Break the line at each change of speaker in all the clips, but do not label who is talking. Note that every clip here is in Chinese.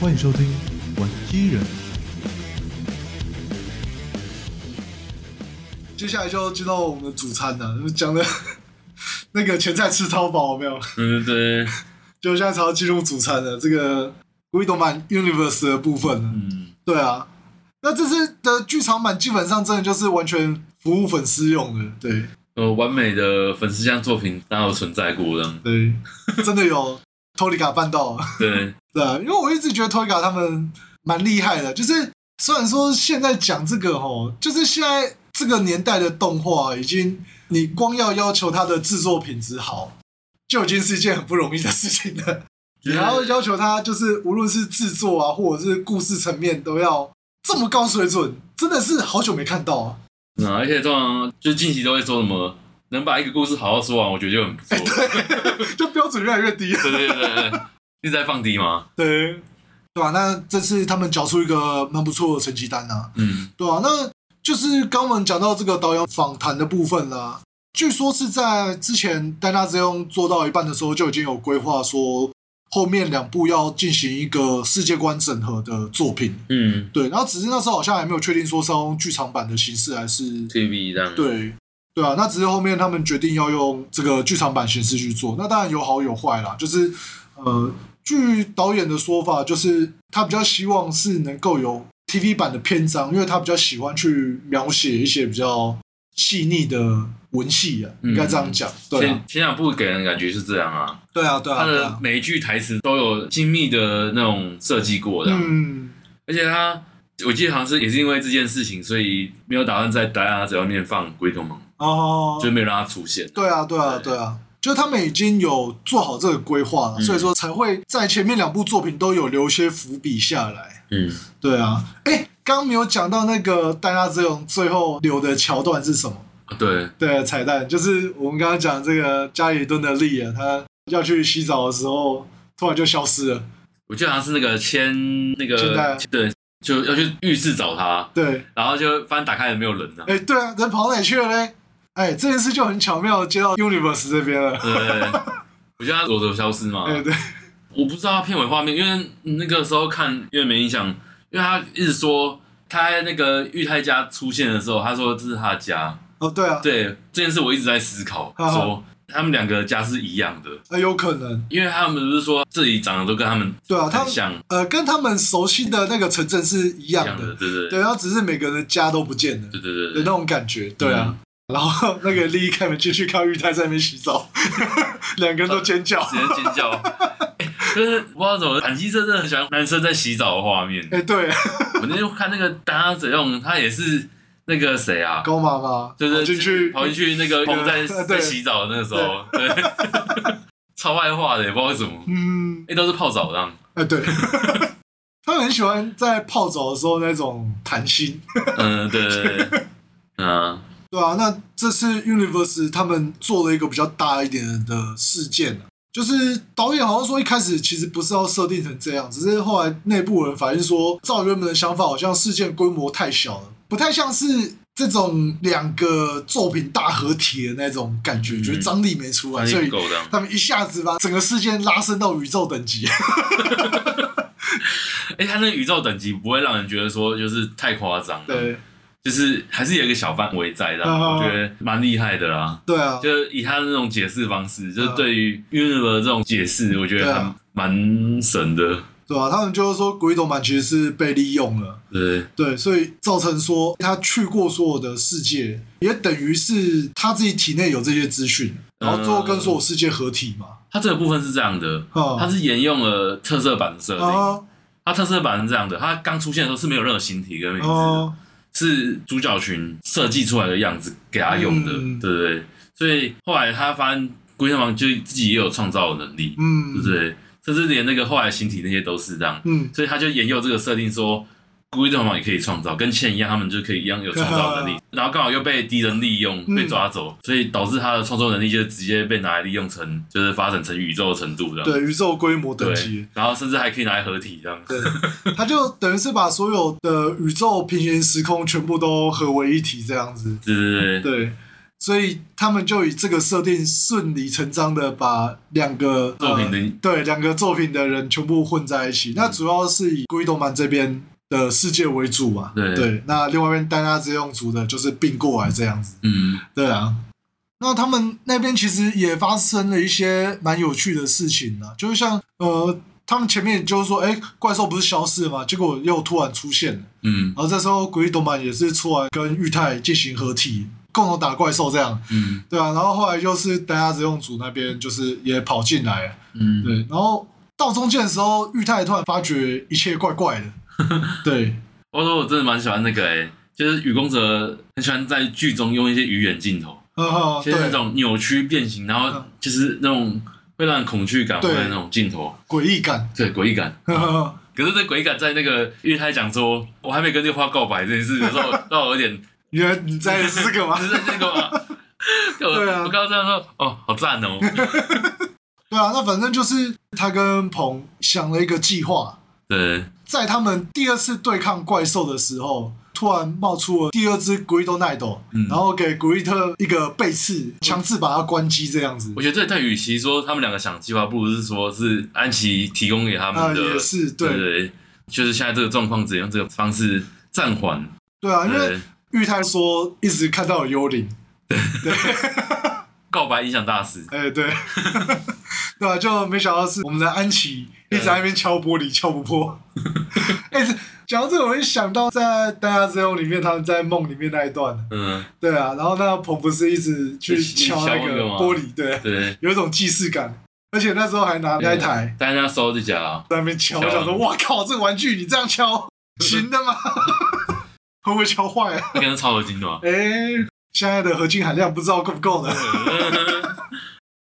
欢迎收听《玩机人》。
接下来就进到我们的主餐了，讲的 那个前菜吃超饱有没有？
对对对，
就现在才要进入主餐了，这个《鬼斗版 Universe》的部分了。
嗯，
对啊，那这次的剧场版基本上真的就是完全服务粉丝用的，对
呃，完美的粉丝像作品哪有存在过的？
对，真的有托里卡办到了。
对，
对啊，因为我一直觉得 Toyga 他们蛮厉害的，就是虽然说现在讲这个吼，就是现在这个年代的动画已经，你光要要求它的制作品质好，就已经是一件很不容易的事情了。你还要要求它，就是无论是制作啊，或者是故事层面，都要这么高水准，真的是好久没看到啊！
嗯，而且通常就近期都会说什么能把一个故事好好说完，我觉得就很不错。
就标准越来越低了。
对对对对对，一直在放低嘛。
对，对吧、那这次他们缴出一个蛮不错的成绩单啊。
嗯，
对啊，那就是刚我们讲到这个导演访谈的部分啦。据说是在之前丹娜之用做到一半的时候，就已经有规划说后面两部要进行一个世界观整合的作品。
嗯
对，然后只是那时候好像还没有确定说是要用剧场版的形式还是
，TV 这样。，
对对啊，那只是后面他们决定要用这个剧场版形式去做，那当然有好有坏啦。就是呃，据导演的说法，就是他比较希望是能够有 TV 版的篇章，因为他比较喜欢去描写一些比较细腻的文戏啊，
嗯
应该这样讲。对啊
前，前两部给人感觉是这样啊，
对啊，对啊，
他
对
的
啊。
每一句台词都有精密的那种设计过的，
嗯，
而且他。我记得好像是也是因为这件事情，所以没有打算在达拉只要面放《鬼头盟》，
哦，
就没有让他出现。
对啊，对啊，
对
对啊，就是他们已经有做好这个规划了，
嗯
所以说才会在前面两部作品都有留一些伏笔下来。
嗯，
对啊，哎，刚刚没有讲到那个大家只有最后留的桥段是什么？
对，
对，彩蛋就是我们刚刚讲这个加里顿的利啊，他要去洗澡的时候，突然就消失了。
我记得好像是那个签那
签
个
单
对，就要去浴室找他，
对，
然后就发现打开了没有人呢、啊。
哎，对啊，人跑哪里去了嘞？哎，这件事就很巧妙地接到 Universe 这边了。
对， 我觉得他裸着消失嘛，
哎，对，
我不知道他片尾画面，因为那个时候看因为没印象，因为他一直说他在那个裕泰家出现的时候，他说这是他家，
哦，对啊，
对这件事我一直在思考，
哈哈
说他们两个家是一样的，
呃，有可能，
因为他们不是说这里长得都跟他们
对啊，他
很
们
像
呃跟他们熟悉的那个城镇是一
一
样
样的，
的，
对对
对，
对
然后只是每个人的家都不见了的
对对
那
对对，
种感觉，对啊。
嗯
然后那个利益开门进去，看到玉泰在那边洗澡， 两个人都尖叫。
直接尖叫。 哎就是不知道怎么，感希真的很喜欢男生在洗澡的画面。
哎，对，
我那天看那个达怎用，他也是那个谁啊，
高妈妈
对对，
跑进去，
跑进去那个
那
棚
个
在
对
在洗澡的那个时候，对， 超爱画的，也不知道为什么，
嗯，
哎，都是泡澡的啊，
哎，对， 他们很喜欢在泡澡的时候那种谈心，
嗯，对对对对，嗯啊，
对啊，那这次 Universe 他们做了一个比较大一点的事件、啊、就是导演好像说一开始其实不是要设定成这样，只是后来内部人反映说，照原本的想法，好像事件规模太小了，不太像是这种两个作品大合体的那种感觉，
嗯
觉得张力没出来，
那
所
也
以
不够的啊，
他们一下子把整个事件拉升到宇宙等级。
哎，他那个宇宙等级不会让人觉得说就是太夸张，，
对
就是还是有一个小范围在的啊，
啊
我觉得蛮厉害的啦。
对啊，
就是以他那种解释方式，就是
啊
对于 Universe 这种解释，我觉
对
得还
啊
蛮神的。
对啊，他们就是说鬼斗满其实是被利用了。
对，
对，所以造成说他去过所有的世界，也等于是他自己体内有这些资讯，
呃
然后最后跟所有世界合体嘛。
它这个部分是这样的，
哦
它是沿用了特色版的设定，
啊
它特色版是这样的，它刚出现的时候是没有任何形体跟名字的，
啊，
是主角群设计出来的样子给他用的，
嗯
对不对？所以后来他发现龟山王就自己也有创造的能力，对
嗯
不对？甚至连那个后来的形体那些都是这样，
嗯，
所以他就沿用这个设定说。龟山王也可以创造，跟钱一样，他们就可以一样有创造 能力。然后刚好又被敌人利用，
嗯
被抓走，所以导致他的创作能力就直接被拿来利用成，就是发展成宇宙的程度这样。
对，宇宙规模等级
对，，然后甚至还可以拿来合体这样。
对，他就等于是把所有的宇宙平行时空全部都合为一体这样子。
对对对，
对，所以他们就以这个设定顺理成章的把两个
作品的嗯
呃对两个作品的人全部混在一起。那主要是以鬼动漫这边的世界为主嘛，
对
那另外一边单压之用族的就是并过来这样子，
嗯，
对啊。那他们那边其实也发生了一些蛮有趣的事情啊，就是像呃，他们前面就是说，哎、怪兽不是消失了吗？结果又突然出现了。
嗯
然后这时候鬼斗满也是出来跟裕泰进行合体，共同打怪兽这样，
嗯
对啊。然后后来就是丹亚子用组那边就是也跑进来了，
嗯，
对。然后到中间的时候，裕泰突然发觉一切怪怪的，对，
我说我真的蛮喜欢那个诶、就是雨宫泽很喜欢在剧中用一些鱼眼镜头，
嗯哼，
就是那
对，
种扭曲变形，然后
嗯
就是那种会让恐惧感回
对
来的那种镜头，
诡异感，
对诡异感。
呵呵呵
可是这诡异感在那个玉太讲说，我还没跟这花告白这件事的时候，让我 有点
原来你在的是这个吗
就？是那个嘛。我
啊对啊
我刚刚这样说，哦，好赞哦，
对啊，那反正就是他跟鹏想了一个计划，
对，
在他们第二次对抗怪兽的时候，突然冒出了第二只 Greedo Nido，、
嗯
然后给古力特一个背刺，强制把它关机这样子
我。觉得这对，与其说他们两个想计划，不如是说是安琪提供给他
啊、
们的，
也是
对
对
对就是现在这个状况，只能用这个方式暂缓。
对啊，因为
对，
玉泰说一直看到有幽灵，
告白影响大师，
哎、对， 对啊，就没想到是我们的安琪一直在那边敲玻璃敲不破。哎、这讲到这个，我就想到在《大家之梦》里面，他们在梦里面那一段，
嗯，
对啊，然后那个鹏不是一直去
去
敲那
敲那
个
个吗
玻璃，对，
对，
有一种既视感，而且那时候还拿那一台。
大家收这家啊，
在那边敲，
敲
我想说，哇靠，这个玩具你这样 敲，行的吗？ 会不会敲坏啊？
那可能是超合金的嘛。
哎、现在的合金含量不知道够不够呢？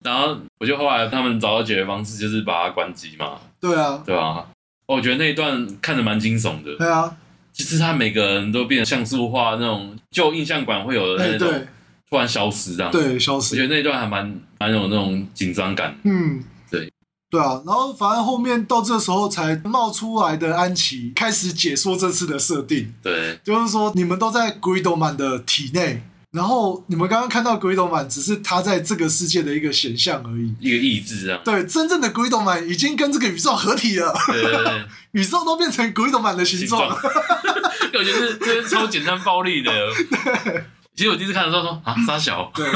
然后我就后来他们找到解决方式，就是把它关机嘛，
对啊，
对吧、哦我觉得那一段看着蛮惊悚的，
对啊，
就是他每个人都变得像素化那种旧印象馆会有的
哎、
那种
对
突然消失这样。我
对，消
觉
失，
得那一段还蛮蛮有那种紧张感。
嗯，
对
对啊，然后反正后面到这时候才冒出来的安琪开始解说这次的设定，
对，
就是说你们都在 Greedo Man 的体内。然后你们刚刚看到 Greedo Man 只是他在这个世界的一个显象而已。
一个意志这样。
对，真正的 Greedo Man 已经跟这个宇宙合体了，
对对对，
宇宙都变成 Greedo Man 的形
形
状
状。。 我觉得这是超简单暴力的。其实我第一次看的时候说啊，傻 小，
对，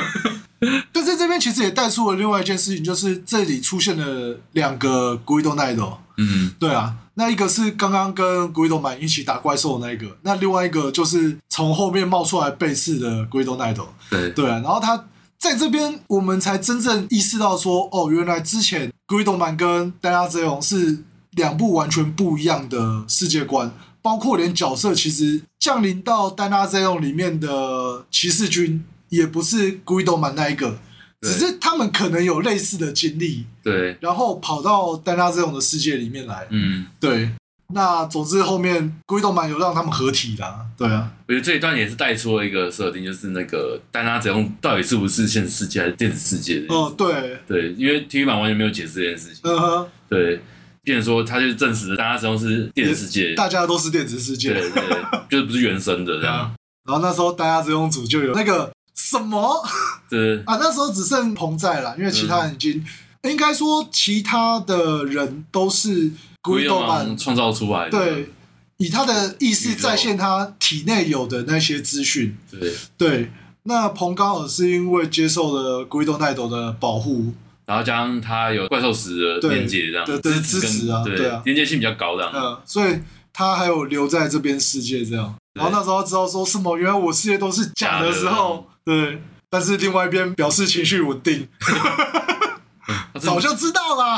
但是这边其实也带出了另外一件事情，就是这里出现了两个 Guido Nido。
嗯，
对啊，那一个是刚刚跟 Guido 满一起打怪兽的那一个，那另外一个就是从后面冒出来背刺的 Guido Nido。
对，
对啊，然后他在这边我们才真正意识到说，哦，原来之前 Guido 满跟丹拉泽勇是两部完全不一样的世界观。包括连角色，其实降临到《丹拉 Z 用》里面的骑士军也不是 Guido 满那一个，
对
只是他们可能有类似的经历，
对，
然后跑到丹拉这种的世界里面来。
嗯，
对，那总之后面 Guido 满有让他们合体啦。对啊，
我觉得这一段也是带出了一个设定，就是那个丹拉怎用到底是不是现实世界还是电子世界的？
哦、对，
对，因为体育版完全没有解释这件事情。
嗯哼，
对，变成说他就证实了丹拉怎用是电子世界，
大家都是电子世界。
对对，就是不是原生的这样。
然后那时候丹拉这种组就有那个什么。
对，
啊，那时候只剩彭在了，因为其他人已经、应该说其他的人都是
不
Guido
用
版
创造出来的。
对，以他的意识再现他体内有的那些资讯。
对，
对，那彭刚好是因为接受了 Guido Nido 的保护，
然后加上它有怪兽石的
对
连接，这样
对对
支
支持
跟
啊
对
对啊
连接性比较高，这样
呃，所以他还有留在这边世界这样。
对
然后那时候知道说什么，原来我世界都是假的时嗯候，对。但是另外一边表示情绪稳定，
啊
早就知道啦。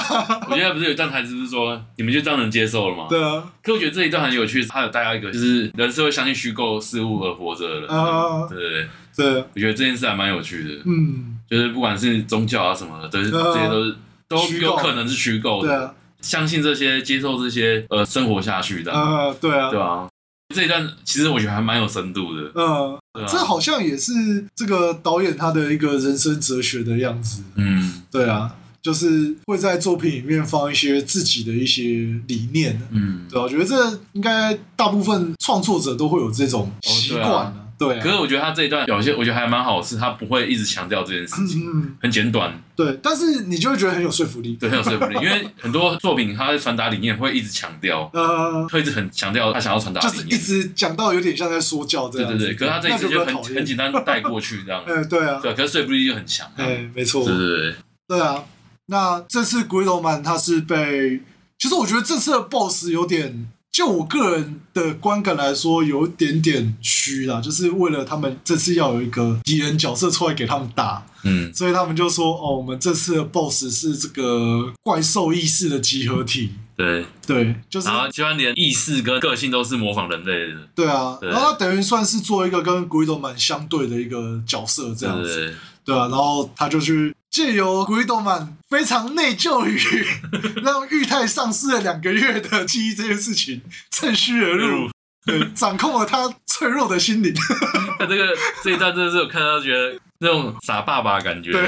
我觉得不是有一段台词是说，你们就这样能接受了吗？。
对啊，
可我觉得这一段很有趣，它有带到一个就是人是会相信虚构事物而活着的人。
啊
对对对，
对，
我觉得这件事还蛮有趣的，
嗯，
就是不管是宗教啊什么的，都是
啊
这些都是都
虚构
有可能是虚构
对
的。
啊，
相信这些，接受这些，呃，生活下去的，
啊，对啊
对，吧？这一段其实我觉得还蛮有深度的。
嗯，
对啊
这好像也是这个导演他的一个人生哲学的样子。
嗯，
对啊，就是会在作品里面放一些自己的一些理念的。
嗯，
对啊，我觉得这应该大部分创作者都会有这种习惯啊。对
可
啊，
是我觉得他这一段有些我觉得还蛮好，是他不会一直强调这件事情，
嗯，
很简短，
对，但是你就会觉得很有说服力。
对，很有说服 力。因为很多作品他在传达理念会一直强调，
呃，
会一直很强调他想要传达
就
的
是
理
一
念。
直讲到有点像在说教这
对
样
对
子。
对，可是他这一
那
次
就比
就
较
很
讨厌
很简单带过去这样，
呃，对啊，
对，可是说服力就很强。
哎、
对
没错，
对对，
对啊。那这次 g r i d o Man 他是被，其实我觉得这次的 BOSS 有点，就我个人的观感来说，有一点点虚啦，就是为了他们这次要有一个敌人角色出来给他们打，
嗯
所以他们就说哦，我们这次的 BOSS 是这个怪兽意识的集合体，
对，
对，就是
然后居然连意识跟个性都是模仿人类的，
对啊，
对
然后他等于算是做一个跟 Guido 蛮相对的一个角色这
对
样
对
子，
对。
对啊，然后他就去借由 Guido 满非常内疚于 让裕泰丧失了两个月的记忆这件事情，趁虚而入， 对，掌控了他脆弱的心灵。
他 这个这一段真的是我看到觉得那种傻爸爸的感觉。
对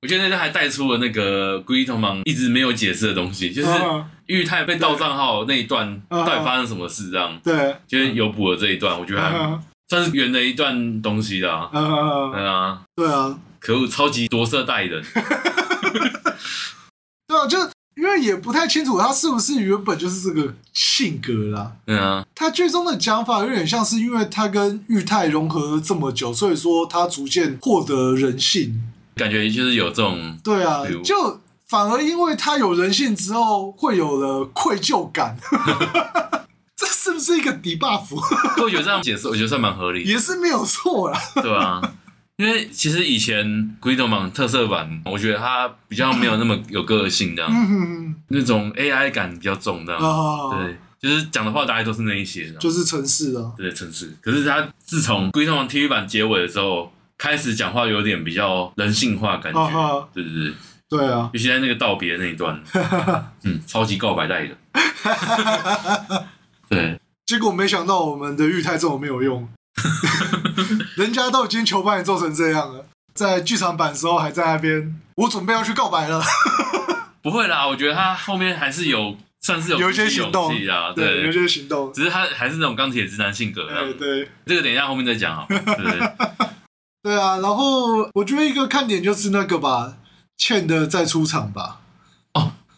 我觉得那段还带出了那个 g r e e t o m a n 一直没有解释的东西，就是
嗯
裕泰被盗账号那一段
嗯
到底发生什么事，这样
对，
就是有补了这一段，我觉得还
嗯
算是圆了一段东西啦。
嗯，
对啊，
对啊，
可恶，超级着色待人。
对啊，就因为也不太清楚他是不是原本就是这个性格啦，
嗯啊，
他剧中的讲法有点像是，因为他跟裕泰融合了这么久，所以说他逐渐获得人性。
感觉就是有这种
对啊
哎呦，
就反而因为他有人性之后，会有了愧疚感。 这是不是一个 debuff？
我觉得这样解释，我觉得算蛮合理的。
也是没有错啦。
对啊，因为其实以前 Guido Man 特色版，我觉得他比较没有那么有个性，这样、
嗯哼
那种 AI 感比较重，这样、
哼啊，
对，就是讲的话大概都是那一些，这样
就是城市啊，
对城市。可是他自从 Guido Man TV 版结尾的时候，开始讲话有点比较人性化的感觉，
啊哈
对对对，
对啊，
尤其在那个道别那 一段，嗯，超级告白代的，对，
结果没想到我们的裕泰这么没有用，人家都已经求把你做成这样了，在剧场版的时候还在那边，我准备要去告白了，
不会啦，我觉得他后面还是有算是有
有一些
鼓起
行动
勇气啦，
对，有些行动，
只是他还是那种钢铁直男性格这样
哎，
子，
对。
这个等一下后面再讲好，对不对？
对啊，然后我觉得一个看点就是那个吧，欠的再出场吧。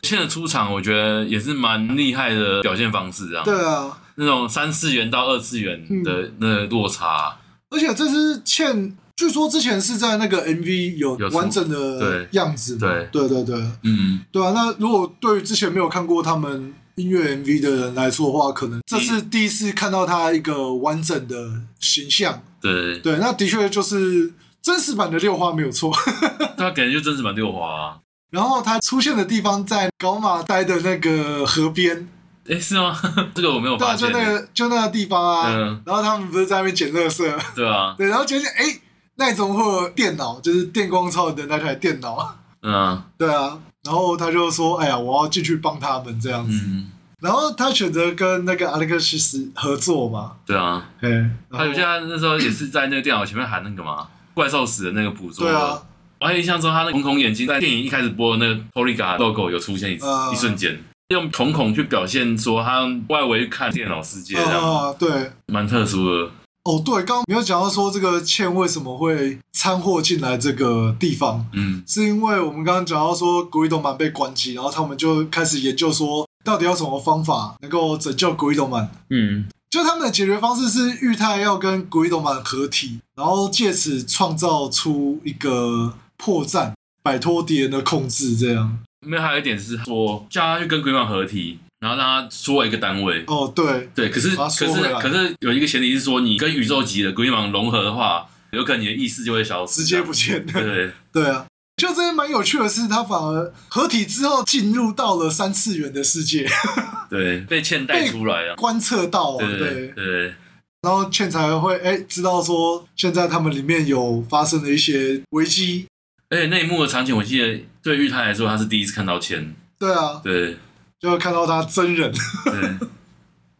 现在出场我觉得也是蛮厉害的表现方式，这 样，
对啊，
那种三次元到二次元的
嗯
那个落差，
而且这支欠，据说之前是在那个 MV 有
有出
完整的
对
样子嘛。
对
对对对
嗯，
对啊，那如果对于之前没有看过他们音乐 MV 的人来说的话，可能这是第一次看到他一个完整的形象。
对，
对，那的确就是真实版的六花没有错。
他感觉就真是蛮六花、啊，
然后他出现的地方在高马呆的那个河边，
哎，是吗？ 这个我没有
对啊，
发
就
现，
那个就那个地方啊。
嗯
然后他们不是在那边捡垃圾，
对啊，
对，然后捡捡，哎，那一种会有电脑，就是电光超人的那台电脑，
嗯啊
对啊。然后他就说：“哎呀，我要进去帮他们这样子。
嗯，
然后他选择跟那个阿历克西斯合作嘛，
对啊，
哎，然
他
后
有些他那时候也是在那个电脑前面喊那个嘛，怪兽死的那个捕捉，
对啊，，
我还有印象中他那个瞳孔眼睛在电影一开始播的那个 Poliga logo 有出现一、
啊
一瞬间。用瞳孔去表现说他用外围看电脑世界，这样
啊，对，
蛮特殊的。
哦，对，刚刚没有讲到说这个倩为什么会掺和进来这个地方，
嗯，
是因为我们刚刚讲到说古伊斗曼被关机，然后他们就开始研究说到底要什么方法能够拯救古伊斗曼。
嗯，
就他们的解决方式是裕泰要跟古伊斗曼合体，然后借此创造出一个破绽，摆脱敌人的控制。这样
没有，还有一点是说叫他去跟鬼王合体，然后让他缩一个单位。
哦，对，
对，可是
把
可
它缩
是
回来
可是有一个前提是说，你跟宇宙级的鬼王融合的话，有可能你的意识就会消失，
直接不见了。
对
对啊，就这些蛮有趣的是，他反而合体之后进入到了三次元的世界，
对，被欠带出来啊。
观测到啊，
对对
对，
对
然后倩才会哎知道说现在他们里面有发生了一些危机。
而且那一幕的场景，我记得对于他来说，他是第一次看到欠。
对啊，
对
就看到他真人。
对。
然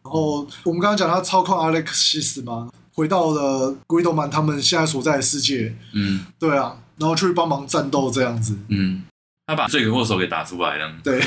后我们刚刚讲他操控 Alexis 嘛，回到了 Guido 曼他们现在所在的世界，
嗯
对啊，然后去帮忙战斗这样子。
嗯，他把罪魁祸首给打出来了。
对，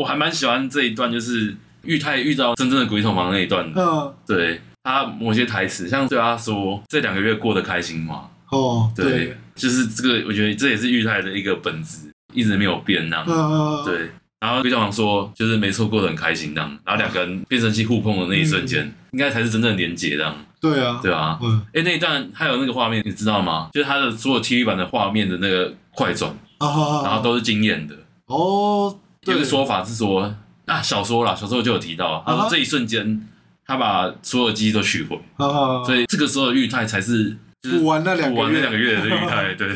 我还蛮喜欢这一段，就是玉太遇到真正的鬼头王那一段，
嗯，
对他某些台词，像对他说这两个月过得开心吗？
哦，
对，
对，
就是这个，我觉得这也是玉太的一个本质，一直没有变那样。
嗯，
对，然后鬼头王说就是没错，过得很开心那样。然后两个人变声器互碰的那一瞬间，应该才是真正的连接这样，
对啊，
对啊。
嗯，
哎、那一段还有那个画面，你知道吗？就是他的所有 TV 版的画面的那个快转，
啊哈，
然后都是惊艳的。
哦，
有
对
个，说法是说，啊，小说啦，小说就有提到，他
啊
说
哈
这一瞬间，他把所有记忆都取回，
啊哈，
所以这个时候的玉太才是就是
补完那两
补
个
完那
月，
两个月的玉太， 对，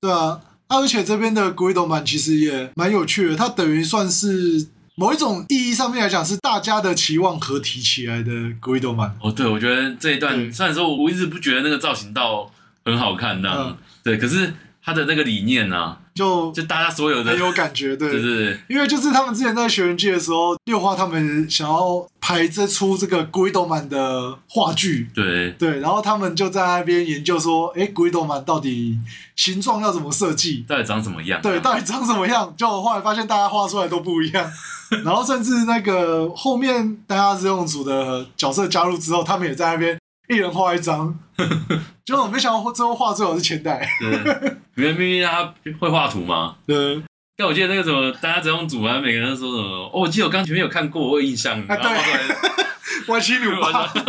对啊，啊而且这边的 Guido 版其实也蛮有趣的，它等于算是某一种意义上面来讲是大家的期望合体起来的 Guido 版。
哦，对，我觉得这一段
对
虽然说我一直不觉得那个造型到很好看那样
嗯，
对，可是他的那个理念啊，
就
就大家所有的
很，有感觉，对。
就是
因为就是他们之前在学人界的时候，六花他们想要拍这出这个 Guido 版的话剧，
对。
对，然后他们就在那边研究说，哎，Guido 版到底形状要怎么设计？
到底长什么样、啊
对，到底长什么样？就我后来发现大家画出来都不一样，然后甚至那个后面大家日用组的角色加入之后，他们也在那边一人画一张，结果我没想到最后画最好是千代，
对，你们明明他会画图吗？
对，
但我记得那个什么，大家只用组啊，每个人都说什么？哦，我记得我刚前面有看过，我有印象。然
啊
后
对
画出来
歪七扭八。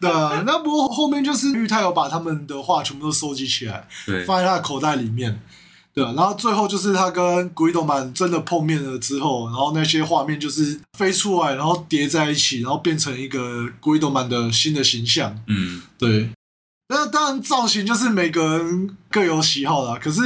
对啊，那不过后面就是玉太有把他们的画全部都收集起来，
对，
放在他的口袋里面。对啊，然后最后就是他跟古伊斗曼真的碰面了之后，然后那些画面就是飞出来，然后叠在一起，然后变成一个古伊斗曼的新的形象。
嗯，
对，那当然造型就是每个人各有喜好啦。可是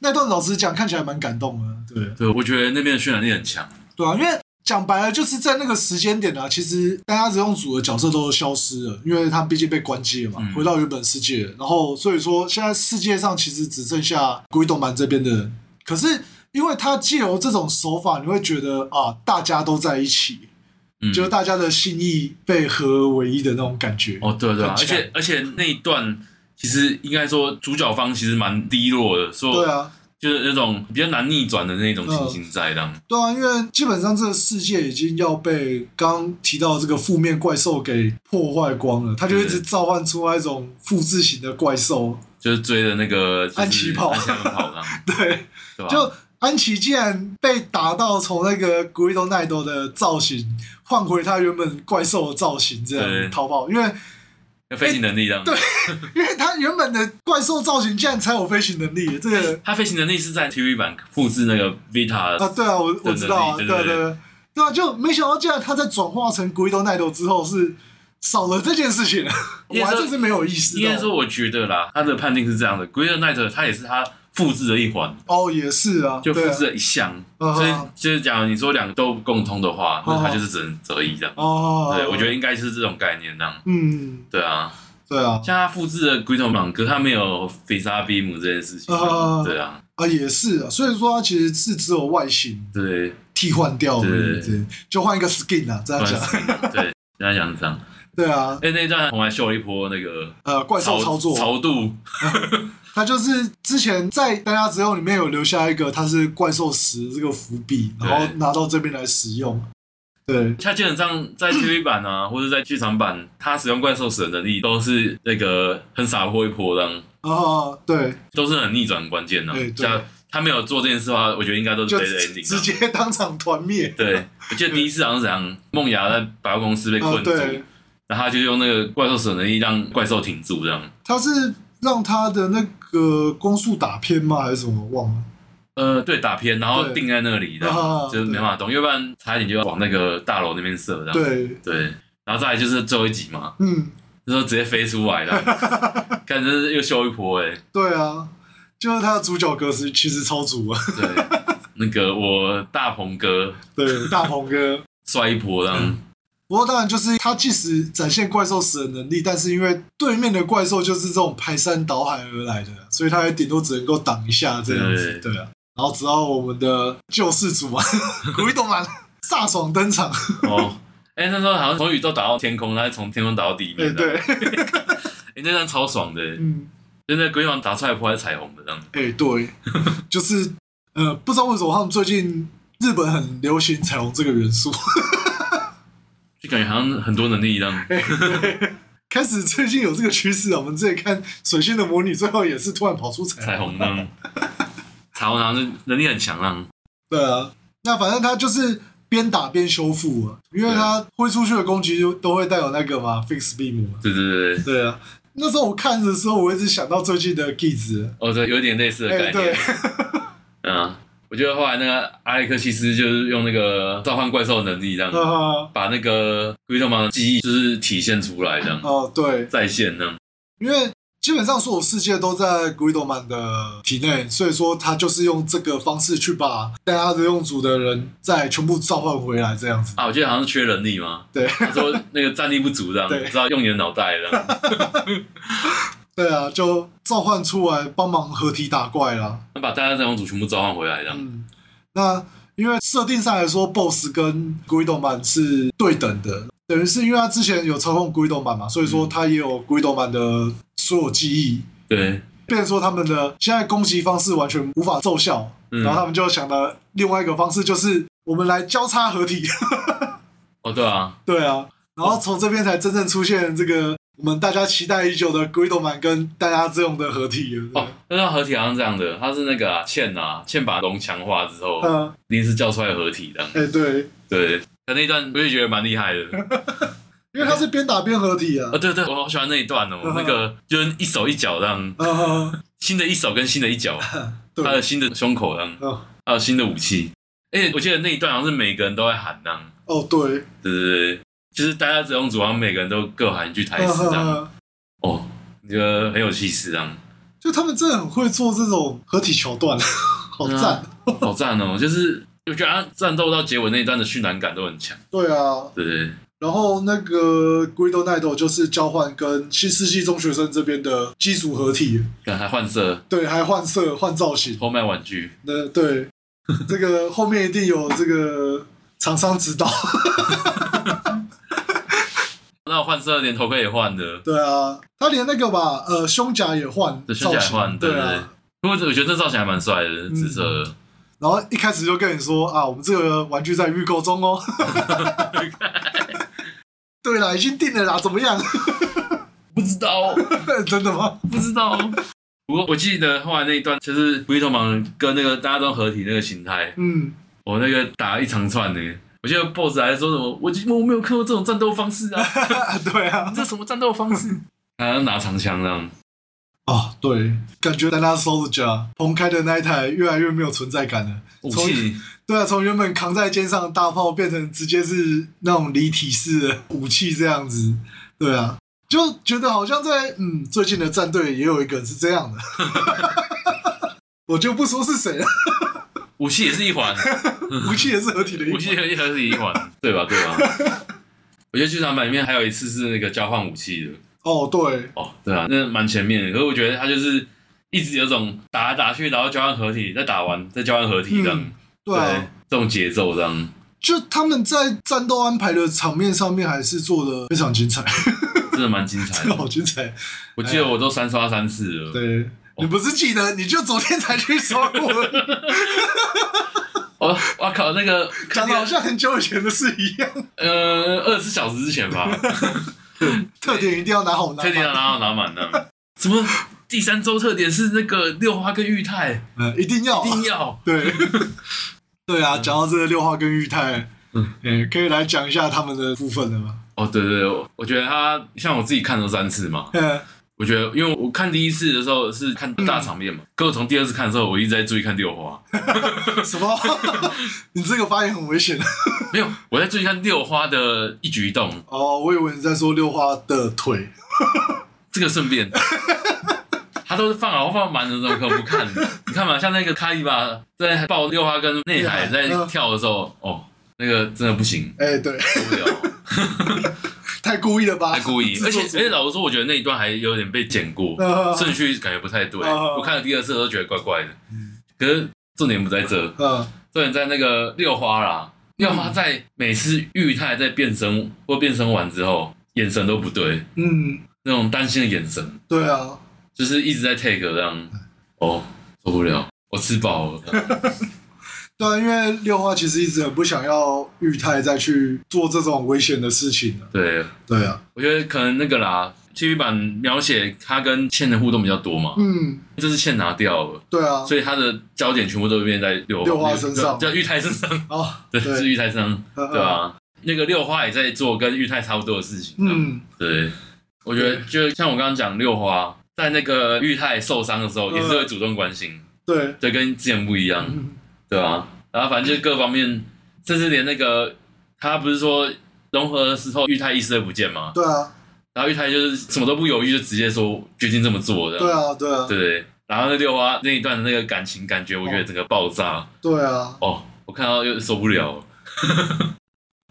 那段老实讲，看起来蛮感动的。对，
对，我觉得那边的渲染力很强。
对啊，因为讲白了，就是在那个时间点啊，其实大家只用组的角色都消失了，因为他们毕竟被关机了嘛，
嗯
回到原本世界了。然后所以说，现在世界上其实只剩下古伊斗曼这边的人。可是因为他借由这种手法，你会觉得啊，大家都在一起，
嗯，
就是大家的心意被合而为一的那种感觉。
哦，对对啊，
很
而
强
且而且那一段其实应该说主角方其实蛮低落的，说
对啊，
就是那种比较难逆转的那种情形在当。
对啊，因为基本上这个世界已经要被刚刚提到这个负面怪兽给破坏光了，他就一直
对
召唤出那种复制型的怪兽。
就是追的那个就是
安琪跑
安琪跑这 样，
对，
对吧？
就安琪竟然被打到从那个古伊多奈多的造型换回他原本怪兽的造型，这
对
样逃跑，因为
有飞行能力这样。
哎对因为他原本的怪兽造型竟然才有飞行能力，这 个
他飞行能力是在 TV 版复制那个 Vita
啊，
的，
对啊，我我知道啊，
对
对
对
对
对
对，对啊，就没想到竟然他在转化成古伊多奈多之后是少了这件事 情，
应
我
该
还
说
真是没有意识
应该说
到。
我觉得啦，他的判定是这样的，Great Knight 他也是他复制的一环。
哦，也是啊，
就复
对啊
制了一项，
嗯
所以
嗯
就是假如你说两个都共通的话，那
嗯
它就是只能择一这样。
哦，
对，我觉得应该是这种概念这样。
嗯，
对啊，
对啊，
像他复制了 g r e t o m a n 可是他没有 f i s a b i m 这件事情
嗯嗯。嗯
对啊，
啊也是啊，所以说它其实是只有外形
对，
替换掉而
对
已，对，就换一个 skin 啊，这样
乱
讲，
死了对，跟他讲是这样。
对啊，
哎，那一段我还秀了一波那个
呃，怪兽操作，
潮度，
他就是之前在《大家之后》里面有留下一个他是怪兽石这个伏笔，
对
然后拿到这边来使用，对，
它基本上在 TV 版啊，或者在剧场版，它使用怪兽使的能力都是那个很洒脱一波这样，
哦，对，
都是很逆转关键的
对。对
像他没有做这件事的话，我觉得应啊该都是
就
Dead Ending
直
这
直
样。
接当场团灭。啊
对， 我记得第一次好像是怎样，梦雅在百货公司被
哦，
困住，
对，
然后他就用那个怪兽手能力让怪兽停住，这样。
他是让他的那个攻速打偏吗？还是什么？忘了。
呃，对，打偏，然后
对
定在那里，这样
啊
就是没办法动，要不然差一点就要往那个大楼那边射，这样。
对，
对，然后再来就是最后一集嘛，
嗯，
那时候直接飞出 来了，看真是又修一波哎、
对啊，就是他的主角格是其实超足啊。
对，那个我大鹏哥
对，大鹏哥。
摔一波这样，
嗯不过当然就是他即使展现怪兽死的能力，但是因为对面的怪兽就是这种排山倒海而来的，所以他也顶多只能够挡一下这样子。对啊，然后直到我们的救世主 啊，古一动漫飒爽登场。
哦。哎、那时候好像从宇宙打到天空，然后再从天空打到地
哎、
面。这样
对，
哎、那段超爽的、
嗯，
就在龟王打出来破坏彩虹的这样子。
哎、对，就是呃，不知道为什么他们最近日本很流行彩虹这个元素，
就感觉好像很多能力一 样。
开始最近有这个趋势啊。我们之前看《水星的魔女》，最后也是突然跑出彩虹。
彩虹呢？彩虹好像是能力很强啊。
对啊，那反正他就是边打边修复啊，因为他挥出去的攻击就都会带有那个嘛 fix beam 嘛。
对对对对，
对啊，那时候我看的时候，我一直想到最近的 Giz，
哦对，有点类似的
哎、
概 念。
对，
嗯，我觉得后来那个阿雷克西斯就是用那个召唤怪兽的能力，这样、
啊，
把那个龟头蟒的记忆就是体现出来，这样、
哦对，
再现呢。
因为基本上所有世界都在 Guidoman 的体内，所以说他就是用这个方式去把带他的用族的人再全部召唤回来，这样子。
啊，我记得好像是缺人 力嘛，
对
他说那个战力不足，这样
对
知道用你的脑袋 这样，
对啊，就召唤出来帮忙合体打怪啦。
把大家三王组全部召唤回来这样。
嗯，那因为设定上来说，BOSS 跟 Guidoman 是对等的，等于是因为他之前有操控 Guidoman 嘛，所以
嗯
说他也有 Guidoman 的所有记忆。
对，
变成说他们的现在攻击方式完全无法奏效，
嗯
然后他们就想到另外一个方式，就是我们来交叉合体。
哦对啊，
对啊，然后从这边才真正出现这个我们大家期待已久的 Guidoman 跟大家这种的合体了。对
哦，那张合体好像这样的，他是那个啊倩啊，倩把龙强化之后，
嗯，
临时叫出来合体这样。
哎、对，
对，他那一段我也觉得蛮厉害 的。
因为他是边打边合体啊
哦，。对对，我好喜欢那一段哦，
嗯
那个就是一手一脚这样，
啊，
新的一手跟新的一脚，
对
还有新的胸口这样，
嗯
还有新的武器。而且我记得那一段好像是每个人都在喊这样，
哦，对，
对对对，就是大家只用组，好像每个人都各喊一句台词这样。
嗯
哦，你觉得很有气势这样，
就他们真的很会做这种合体桥段， 好赞。
好赞哦！就是我觉得他战斗到结尾那一段的渲染感都很强，
对啊，
对对对
然后那个 Guido Nido 就是交换跟新世纪中学生这边的基础合体，
看还换色、
对，还换色、换造型，
偷卖玩具，
那 对，这个后面一定有这个厂商指导，
那换色连头盔也换的，
对啊，他连那个吧，呃，胸甲也换，
对胸甲也换
造型
对
对
对对
啊，嗯
不过我觉得这造型还蛮帅的，紫色的。
然后一开始就跟你说啊，我们这个玩具在预购中 哦， 对啦，已经定了啦，怎么样？
不知道，
真的吗？
不知道。不过我记得后来那一段，就是龟头蟒跟那个大家都合体那个形态，
嗯，
我那个打一长串呢。我记得 BOSS 还说什么，我我没有看过这种战斗方式啊，
对啊，
这什么战斗方式？他要拿长枪这样，
啊，对，感觉在那 Soldier 彭开的那一台越来越没有存在感了。
武
从
器
对啊，从原本扛在肩上的大炮变成直接是那种离体式的武器这样子，对啊，就觉得好像在嗯最近的战队也有一个人是这样的， 我就不说是谁了，
武器也是一 环，
武器也是合体的一
嗯武器
环。
也也是一环，对吧？对吧？我觉得剧场版里面还有一次是那个交换武器的，
哦，对，
哦，对啊，那蛮前面的。可是我觉得他就是一直有种打来打去，然后交换合体，再打完再交换合体这样。
嗯对啊，
这种节奏这样，
就他们在战斗安排的场面上面还是做的非常精彩，
真的蛮精彩的。
好精彩。
我记得我都三刷三次了。
对你不是记得，你就昨天才去刷过了。
哦，我靠，那个
讲的好像很久以前的事一样。
呃二十四小时之前吧，
特点一定要拿好拿
特点
满，
啊要拿到拿满呢。什么第三周特点是那个六花跟裕泰，
嗯，一定要，
一定要。
对， 对啊。讲到这个六号跟裕泰，
嗯
嗯，可以来讲一下他们的部分了吗？
哦，对对，对我我觉得他像我自己看了三次嘛，
嗯，
我觉得因为我看第一次的时候是看大场面嘛，可我从第二次看的时候，我一直在注意看六花。
什么？ 你这个发言很危险
没有，我在注意看六花的一举一动，
哦。我以为你在说六花的腿，
这个顺便， 他都是放好放满的，怎么可能不看？你看嘛，像那个卡伊巴在抱六花跟内海在跳的时候，哦，那个真的不行，
哎、对，
受不了，
太故意了吧？
太故意。
自
而且
作主
而且老实说，我觉得嗯那一段还有点被剪过，
呃
顺序感觉不太对。
啊
我看了第二次都觉得怪怪的，可是重点不在这，
嗯，
重点在那个六花啦。六花在每次玉泰在变身或变身完之后，眼神都不对，
嗯，
那种担心的眼神。
对啊，
就是一直在 take 这样，哦，受不了，我吃饱 了，
对啊，因为六花其实一直很不想要裕泰再去做这种危险的事情了。
对，
对啊，
我觉得可能那个啦，TV 版描写他跟倩的互动比较多嘛，
嗯，
这是倩拿掉了，
对啊，
所以他的焦点全部都变在六
六花身上
叫玉泰 身上，
哦，
对，是
对，
玉泰身上，
嗯
对啊，那个六花也在做跟玉泰差不多的事情，嗯，
嗯，
对，我觉得就像我刚刚讲六花。在那个玉泰受伤的时候，也是会主动关心，
对，啊
对，跟之前不一 样。
嗯，
对啊，然后反正就是各方面，甚至连那个他不是说融合的时候玉太一丝都不见吗？
对啊，
然后玉太就是什么都不犹豫，就直接说决定这么做的。
对啊，对啊，
对，然后那六花那一段的那个感情感觉，我觉得整个爆炸
对啊。
哦，我看到又受不了了。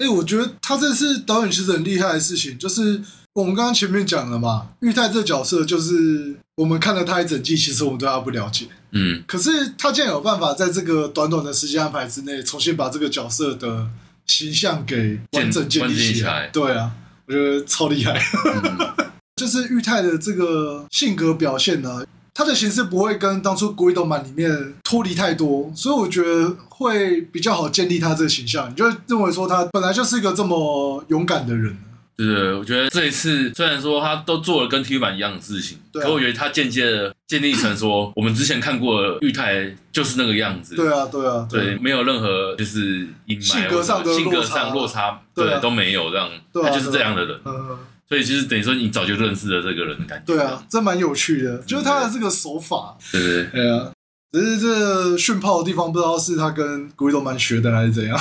哎，我觉得他这次导演其实很厉害的事情，就是我们刚刚前面讲了嘛，裕泰这角色就是我们看了他一整季，其实我们对他不了解，
嗯，
可是他竟然有办法在这个短短的时间安排之内，重新把这个角色的形象给完整建立
建立
起
起
来。
来
对啊，我觉得超厉害。
嗯
就是裕泰的这个性格表现呢、他的形式不会跟当初《鬼斗满》里面脱离太多，所以我觉得会比较好建立他这个形象。你就会认为说他本来就是一个这么勇敢的人，
对，我觉得这一次虽然说他都做了跟 T 版一样的事情，
对啊
可我觉得他间接的建立成说我们之前看过的玉太就是那个样子。
对啊，对啊，
对，没有任何就是阴霾
性格上的
或者性格
落差
上落差，
对啊
对，都没有这样，
对啊
他就是这样的人，
嗯，
所以其实等于说你早就认识了这个人的感觉，
对啊，这蛮有趣的，就是他的这个手法，
对，对对，
哎呀，只是这殉炮的地方不知道是他跟古力斗曼学的还是怎样，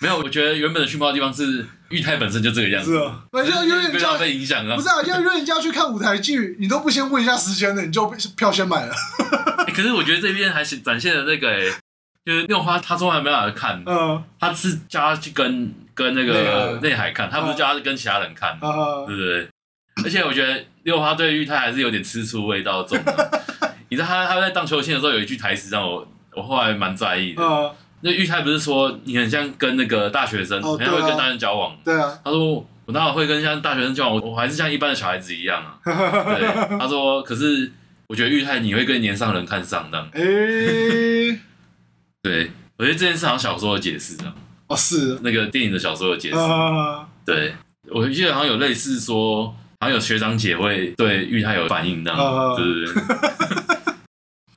没有，我觉得原本的殉爆地方是玉泰本身就这个样
是
子，
啊，那要约人
被
家
他被影响 了
不，是啊，要约人家去看舞台剧，你都不先问一下时间的，你就票先买了，
欸可是我觉得这边还是展现了那个欸就是六花，他从来没有看，
嗯
他是叫他去跟跟那个
内嗯
内海看，他不是叫他跟其他人看，
啊，
对不对？而且我觉得六花对玉泰还是有点吃醋味道重 的。你知道他他在荡秋千的时候有一句台词让我我后来蛮在意的。
啊，
那玉泰不是说你很像跟那个大学生，
哦
很像
对
会
啊
跟大人交往？
对啊，
他说我哪有会跟像大学生交往？我我还是像一般的小孩子一 样啊。对，他说可是我觉得玉泰你会跟年上人看上当。
哎，
对，我觉得这件事好像小说有解释的，
哦是
那个电影的小说有解释。
啊，
对，我记得好像有类似说，好像有学长姐会对玉泰有反应那
啊
样，对对 对。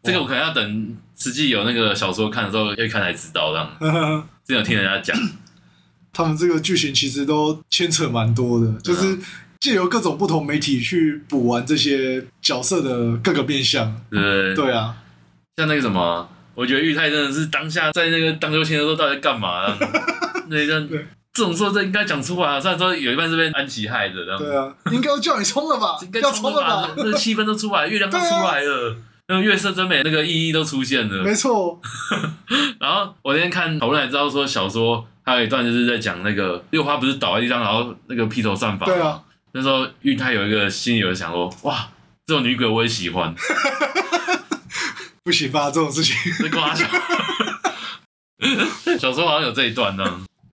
这个我可能要等实际有那个小说看的时候，要看才知道这样。之前有听人家讲，
他们这个剧情其实都牵扯蛮多的，
啊
就是。借由各种不同媒体去补完这些角色的各个面向，
对不对？
对啊，
像那个什么，我觉得玉泰真的是当下在那个荡秋千的时候到底在干嘛 这样？那一段
对
这种时候这应该讲出来啊，虽然说有一半是被安琪害的，这样
对啊，应该要叫你冲了吧
嗯 应，该
要
冲
冲
了
了
吧
吧，，啊
那个气氛都出来，月亮都出来了，那个月色真美那个意义都出现了。
没错，
然后我那天看讨论才知道说，小说还有一段就是在讲那个六花不是倒在地上，然后那个披头散发。
对啊，
那时候玉泰有一个心里有想说，哇，这种女鬼我也喜欢，
不行吧，这种事情。
这瓜小。 小说好像有这一段呢，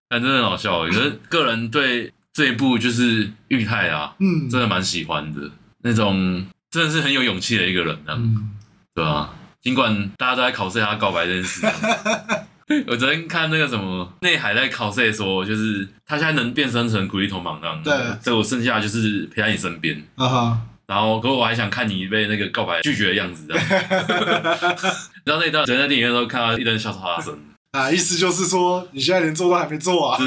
但真的很好笑。欸可是个人对这一部就是玉泰啊，
嗯，
真的蛮喜欢的，那种真的是很有勇气的一个人呢、
嗯，
对啊，尽管大家都在考试他告白这 件事、我昨天看那个什么内海在考试说，就是他现在能变身成古力头蟒那样，
对
所以我剩下就是陪在你身边。
啊哈，
然后，可我还想看你被那个告白拒绝的样子，这样。然后那一段，昨天在电影院的时候看到一堆人笑哈哈声，
啊，意思就是说你现在连做都还没做啊，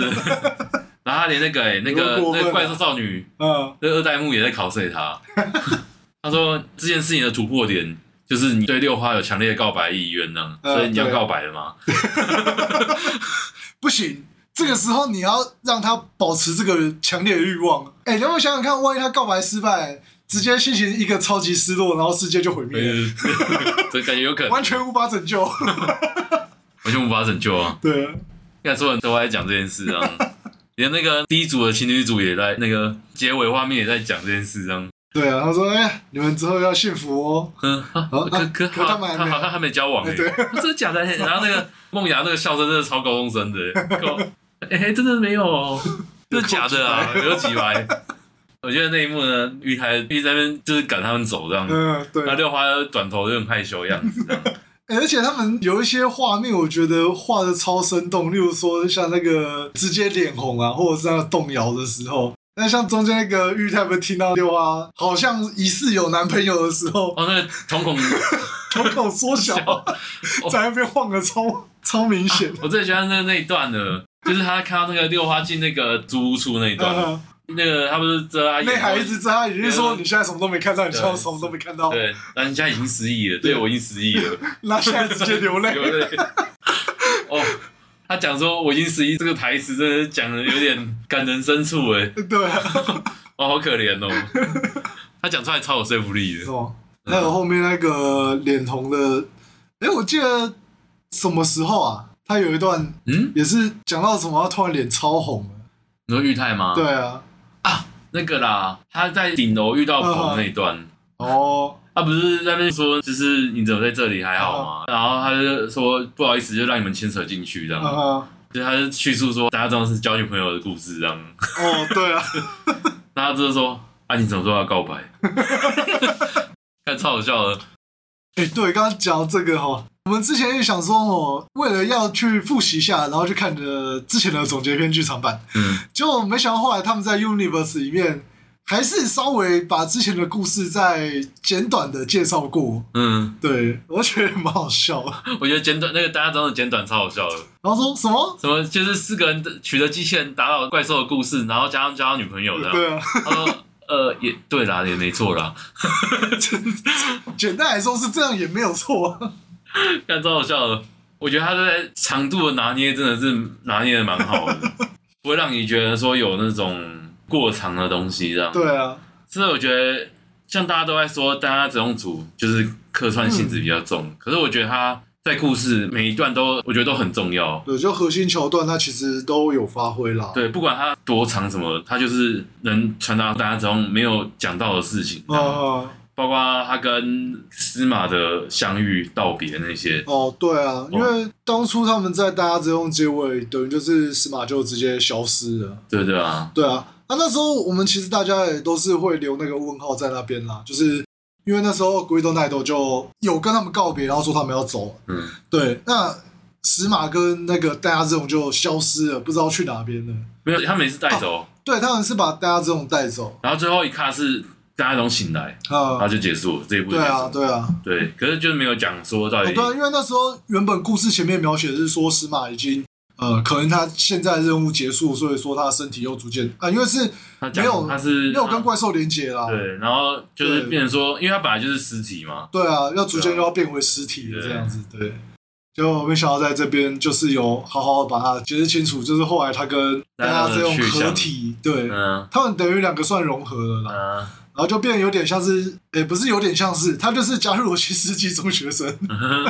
然后他连那个、欸、那个
有过分啊
那个怪兽少女，
嗯，
那二代目也在考 试他。他说这件事情的突破点就是你对六花有强烈的告白意愿呢，
嗯
所以你要
对
告白了吗？
不行，这个时候你要让他保持这个强烈的欲望。哎、你要不要想想看，万一他告白失败，直接心情一个超级失落，然后世界就毁灭了，
这感觉有可能
完全无法拯 救。
完全无法拯救啊！
对，
现在所有人都在讲这件 事啊，连那个第一组的情侣组也在那个结尾画面也在讲这件事啊。
对啊，他说，哎、你们之后要幸福哦。
嗯，啊
啊
可可
可他
好他
们还没
好像还没交往哎，
对
真的假的？欸然后 那个梦雅那个笑声真的欸超高中 生的欸，高哎真的没有哦，真的假的啊？有几百？我觉得那一幕呢，于台一直在那边就是赶他们走这样，子，
嗯，对
那。六花转头就很害羞的样子这样。
欸而且他们有一些画面，我觉得画的超生动，例如说像那个直接脸红啊，或者是那个动摇的时候。那像中间那个玉太不是听到六啊，好像疑似有男朋友的时候，
哦，那个 瞳孔，
瞳孔缩小，在那边晃的超超明显。
我最喜欢那那一段的，就是他看到那个六花进那个租屋处那一段，
嗯
那个他不是遮他眼，
那孩子在他，也就是说你现在什么都没看到，你
对
现在什么都没看到，
对，人家已经失忆了，对我已经失忆 了，
那现在直接流 泪。
流泪。哦，他讲说我已经失忆这个台词，真的是讲的有点感人深处哎，
对啊，
哦，好可怜哦。 他讲出来超有说服力的
是，吗？还有后面那个脸红的，哎、我记得什么时候啊？他有一段
嗯，
也是讲到什么，他突然脸超红了。
你说裕泰吗？
对啊，
那个啦，他在顶楼遇到
嗯
鹏那一段，
哦，
他不是在那边说，就是你怎么在这里还好
嗯
吗？然后他就说不好意思，就让你们牵扯进去这样。
啊哈，
就是他就叙述说大家都是交女朋友的故事这样，
哦，对啊，
大家就是说啊，你什么时候要告白？ 看超好笑的，
哎、对，刚刚讲到这个哈，我们之前也想说哦，为了要去复习一下，然后去看的之前的总结篇剧场版，
嗯，
结果没想到后来他们在 Universe 里面还是稍微把之前的故事再简短的介绍过，
嗯，
对我觉得蛮好笑的。
我觉得简短那个大家都的简短超好笑的，
然后说什么？
什么就是四个人取得机器人打倒怪兽的故事，然后加上加上女朋友这样。
对啊，
他说呃也对啦，也没错啦，
简单来说是这样也没有错、啊。
看超好笑的。我觉得他在长度的拿捏真的是拿捏的蛮好的，不会让你觉得说有那种过长的东西这样。
对啊，
所以我觉得，像大家都在说，大家只用组就是客串性
嗯
质比较重，可是我觉得他在故事每一段都，我觉得都很重要。
对，就核心桥段它其实都有发挥啦。
对，不管他多长什么，他就是能传达大家中没有讲到的事情，
啊、啊
包括他跟司马的相遇、道别那些。
哦，对啊，因为当初他们在《大家之用》结尾，等于就是司马就直接消失了。
对对啊，
对啊，那那时候我们其实大家也都是会留那个问号在那边啦，就是因为那时候鬼斗奈斗就有跟他们告别，然后说他们要走。
嗯，
对，那石马跟那个大家之勇就消失了，不知道去哪边了。
没有，他每次带走，
对，他们是把大家之勇带走嗯
然后最后一卡是大家都醒来，然后
啊。
就结束了这一部。
对啊，，对啊。
对，可是就是没有讲说到
哦，
底
对啊，因为那时候原本故事前面描写的是说司马已经呃，可能他现在任务结束，所以说他身体又逐渐啊，因为是
他讲
没有
他是
没
啊
有跟怪兽连接啦。
对，然后就是
对
变成说，因为他本来就是尸体嘛，
对啊，要逐渐又要变回尸体了
对
这样子，对。就没想到在这边就是有好好地把它解释清楚，就是后来他跟大家这种
去向
合体，对，
嗯
他们等于两个算融合了啦，
嗯，
然后就变有点像是，诶、不是有点像是，他就是加入了新世纪中学生，
嗯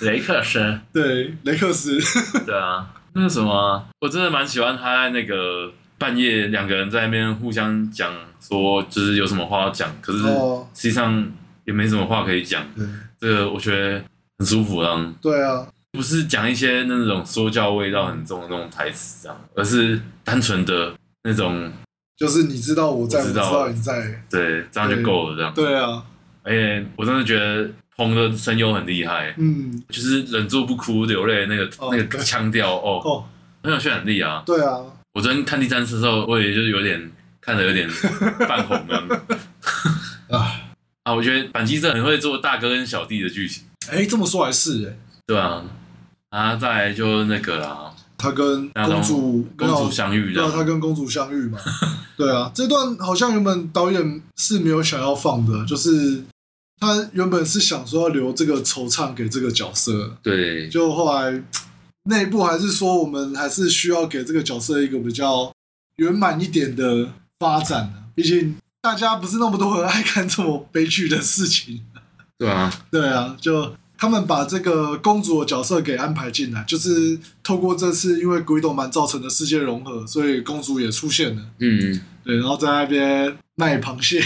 雷克森，
对，雷克斯，
对啊，那个什么啊，我真的蛮喜欢他在那个半夜两个人在那边互相讲说，就是有什么话要讲，可是
哦
实际上也没什么话可以讲，
对，
这个我觉得很舒服啊。
对啊，
不是讲一些那种说教味道很重的那种台词这样，而是单纯的那种
就是你知道我在，我
我
知
知道
道你在，
对，这样就够了这样。
对啊，
而且我真的觉得鹏的声优很厉害，
嗯，
就是忍住不哭流泪那个、
哦
那个腔调哦，
哦，
很有渲染力啊！
对啊，
我昨天看第三次的时候，我也就是有点看着 有点泛红这样
啊，
啊。我觉得板机真的很会做大哥跟小弟的剧情，
哎、这么说来是、诶，
对啊。啊，再来就那个啦，
他跟
那种
公主，
公
没有
主相遇
对啊，他
的，
跟公主相遇嘛。对啊，这段好像原本导演是没有想要放的，就是他原本是想说要留这个惆怅给这个角色，
对，
就后来内部还是说我们还是需要给这个角色一个比较圆满一点的发展啊毕竟大家不是那么多人爱看这么悲剧的事情。
对啊，
对啊，就。他们把这个公主的角色给安排进来，就是透过这次因为鬼斗蛮造成的世界融合，所以公主也出现了。
嗯，
对，然后在那边卖螃蟹。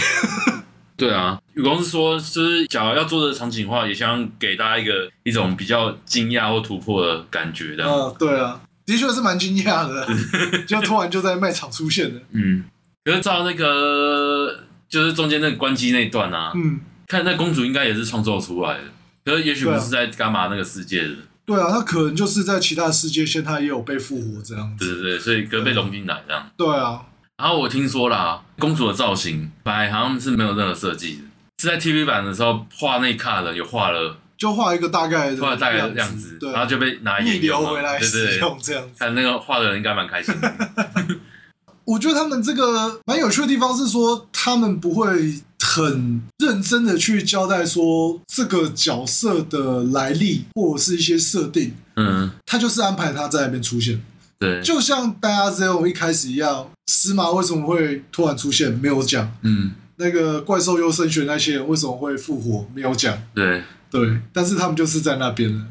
对啊。雨公是说，就是假如要做的场景化，也想给大家一个一种比较惊讶或突破的感觉的，
嗯，对啊，的确是蛮惊讶的，就突然就在卖场出现了。
嗯，可是照那个就是中间那个关机那一段啊，
嗯，
看那公主应该也是创作出来的，可是也许不是在伽马那个世界的，
对啊，他可能就是在其他世界线他也有被复活这样
对
子。
对对，所以可能被融进来这样。
对啊，
然后我听说啦，公主的造型本来好像是没有任何设计的，是在 TV 版的时候画那一卡的，有画了
就画一个大概的
画了大概
样
样子，
对，啊
然后就被拿来
逆
沿
流
用了
回来
对
使
对对，
用这样子。
看那个画的人应该蛮开心 的，
我觉得他们这个蛮有趣的地方是说，他们不会很认真的去交代说这个角色的来历或者是一些设定，
嗯，
他就是安排他在那边出现，
对，
就像大家 Zero 一开始一样，司马为什么会突然出现没有讲，
嗯，
那个怪兽优生学那些人为什么会复活没有讲，
对，
对，但是他们就是在那边了，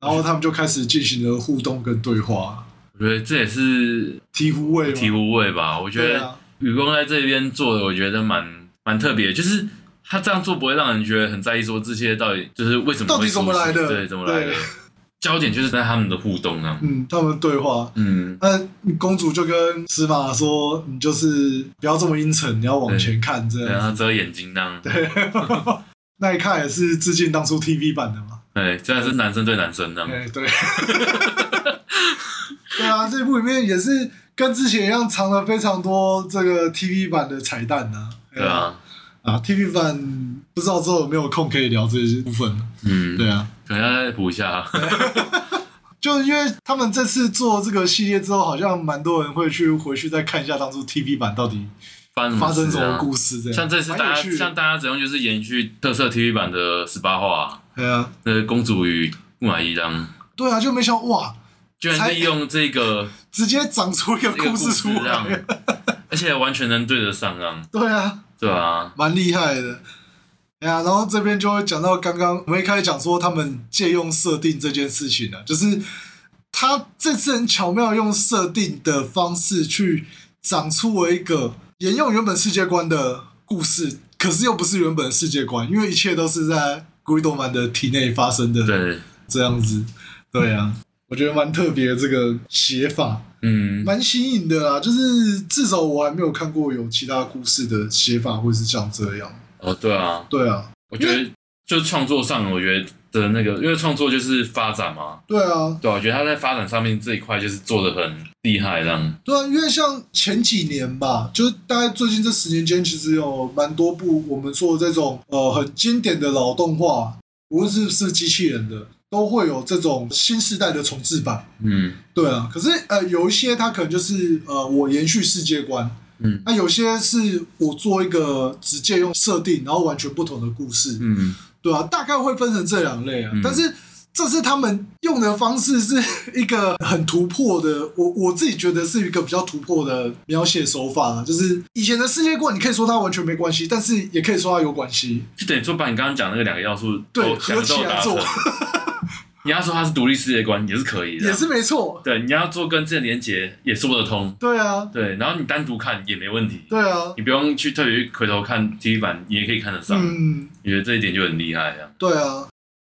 然后他们就开始进行了互动跟对话，
我觉得这也是
醍醐味嘛，
体无味吧。我觉
对
得
啊，
雨光在这边做的，我觉得蛮蛮特别，就是他这样做不会让人觉得很在意，说这些到底就是为什么
到底
会出
怎么来
现
的
对，怎么来的
对？
焦点就是在他们的互动上，
嗯，他们对话，
嗯，
那公主就跟司马说：“你就是不要这么阴沉，你要往前看。”这
然
样，
后啊遮眼睛那样，
啊对，那一看也是致敬当初 TV 版的嘛。
对，真的是男生对男生那样，
哎，对， 对啊，这部里面也是跟之前一样藏了非常多这个 TV 版的彩蛋呐、啊。
对啊，
啊，TV 版不知道之后有没有空可以聊这些部分。
嗯，
对啊，
可能要再补一 下，
就因为他们这次做这个系列之后，好像蛮多人会去回去再看一下当初 TV 版到底
发生
发生什
事
么
啊？
故事这样。
像这次
蛮有
大家
趣的
像大家怎样就是延续特色 TV 版的十八话啊，
对啊。
那个公主与木乃伊当，
对啊，就没想到哇，
居然
哎
利用这个
直接长出一个
这个
故事出
让
来。，
而且完全能对得上啊，
对啊，
对啊，
蛮厉害的。哎呀，然后这边就会讲到刚刚我们一开始讲说他们借用设定这件事情呢、啊，就是他这次很巧妙用设定的方式去长出了一个沿用原本世界观的故事，可是又不是原本的世界观，因为一切都是在古斗曼的体内发生的，
对，
这样子。对啊，我觉得蛮特别的这个写法。
嗯，
蛮新颖的啦，就是至少我还没有看过有其他故事的写法会是像这样。
哦，对啊，
对啊，
我觉得就是创作上，我觉得的那个，因为创作就是发展嘛，
对啊，
对啊、我觉得他在发展上面这一块就是做的很厉害，这样，
对啊，因为像前几年吧，就是大概最近这十年间，其实有蛮多部我们说的这种呃很经典的老动画，无论是不是机器人的，都会有这种新时代的重置版。
嗯
对啊，可是呃有一些它可能就是呃我延续世界观，
嗯
那有些是我做一个直接用设定，然后完全不同的故事。
嗯，
对啊，大概会分成这两类啊。
嗯
但是这次他们用的方式是一个很突破的，我我自己觉得是一个比较突破的描写手法啊。就是以前的世界观，你可以说它完全没关系，但是也可以说它有关系。
就等于说把你刚刚讲那个两个要素
对
都两个都有达成
合起来，
你要说它是独立世界观也是啊可以的，
也是没错。
对，你要做跟这连接也说得通，
对啊，
对，然后你单独看也没问题，
对啊，
你不用去特别去回头看 TV 版，你也可以看得上，
嗯，
我觉得这一点就很厉害啊。
对啊。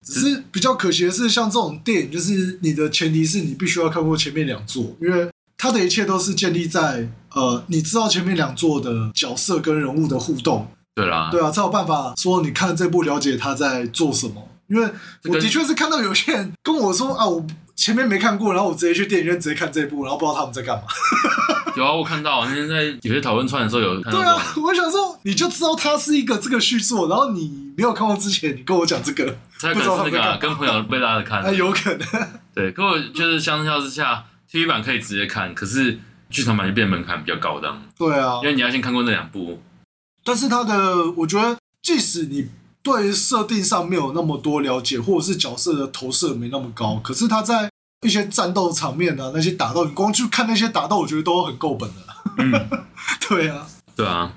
只是比较可惜的是，像这种电影，就是你的前提是你必须要看过前面两座，因为它的一切都是建立在呃，你知道前面两座的角色跟人物的互动，
对啦，
对啊，才有办法说你看这部了解他在做什么。因为
这
我
跟
的确是看到有些人跟我说啊，我前面没看过，然后我直接去电影院直接看这部，然后不知道他们在干嘛。
有啊，我看到那天在有些讨论串的时 候有看到
对
这
啊，
种，
我想说你就知道它是一个这个续作，然后你没有看过之前，你跟我讲这 个，
他可能是
不
那个、啊、
知道他们在干嘛
跟朋友被拉着看
啊，，有可能。
对。可我就是相较之下，TV 版可以直接看，可是剧场版就变门槛比较高的，
对啊
因，为你要先看过那两部，
但是它的我觉得，即使你对设定上没有那么多了解，或者是角色的投射没那么高，可是它在一些战斗场面啊，那些打斗，你光去看那些打斗，我觉得都很够本的。
嗯，
对啊。
对啊。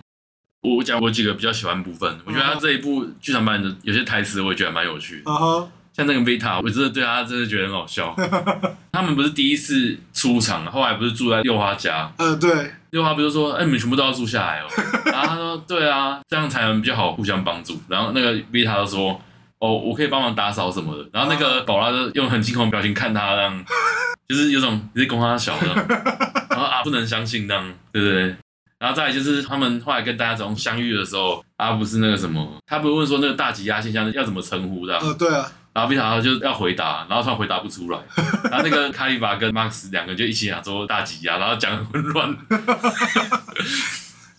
我我讲我几个比较喜欢的部分，我
嗯
觉得他这一部剧场版的有些台词，我也觉得蛮有趣的。
啊哈，
像那个 Vita，我真的对他真的觉得很 好笑。他们不是第一次出场，后来不是住在六花家，
呃，对，
六花不就说，哎、你们全部都要住下来哦。 然后他说，对啊，这样才能比较好互相帮助。然后那个 Vita 就说，哦，我可以帮忙打扫什么的。然后那个宝拉就用很惊恐的表情看他，这样就是有种你是公他小的，然后啊不能相信这样，对不对？然后再来就是他们后来跟大家总相遇的时候，啊不是那个什么，他不是问说那个大吉压现象要怎么称呼的，
呃，对啊，
然后没想到就要回答，然后突然回答不出来，然后那个卡利法跟 Max 两个就一起想说大吉压，然后讲得很混乱，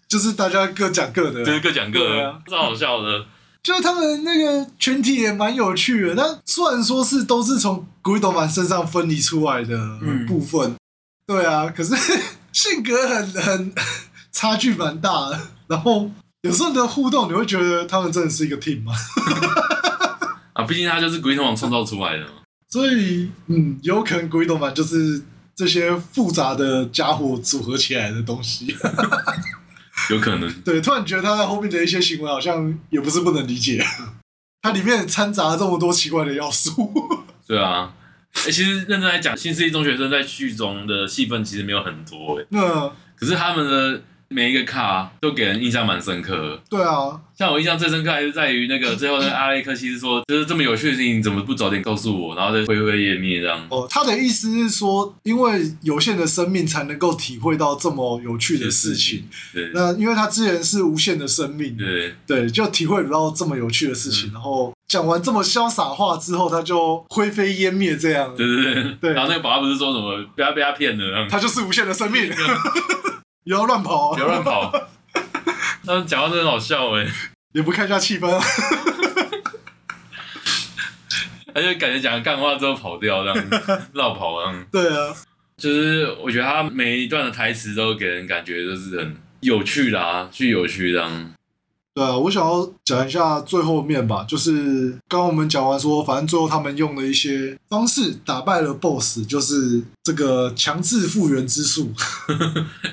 就是大家各讲各的
就
啊，
是各讲各
对
的
啊，
超好笑的。
就是他们那个群体也蛮有趣的。但虽然说是都是从古斗曼身上分离出来的
嗯
部分，对啊，可是性格很很差距蛮大的。然后有时候的互动，你会觉得他们真的是一个 team 吗？
啊，毕竟他就是鬼头王创造出来的嘛。
所以，嗯，有可能古斗曼就是这些复杂的家伙组合起来的东西。
有可能。
对，突然觉得他在后面的一些行为好像也不是不能理解，它里面掺杂了这么多奇怪的要素。
对啊，欸、其实认真来讲，新世纪中学生在剧中的戏份其实没有很多、欸，
那
可是他们的每一个卡都给人印象蛮深刻的。
对啊，
像我印象最深刻还是在于那个最后那个阿雷克西斯说，就是这么有趣的事情，你怎么不早点告诉我？然后再灰飞烟灭这样。
哦，他的意思是说，因为有限的生命才能够体会到这么有趣的事情。
对
那因为他之前是无限的生命，
对 嗯
对，就体会不到这么有趣的事情。然后讲完这么潇洒话之后，他就灰飞烟灭这样。
对对对
对
然后那个宝宝不是说什么不要被他骗了，这样
他就是无限的生命， 不要乱跑
啊不，要 乱跑。他们讲话真的很好笑哎、
也不看一下气氛。啊
而且感觉讲干话之后跑掉这样，绕跑这样。
对啊，
就是我觉得他每一段的台词都给人感觉就是很有趣啦，去有趣这样。
对啊，我想要讲一下最后面吧，就是刚刚我们讲完说，反正最后他们用了一些方式打败了 BOSS，就是这个强制复原之术。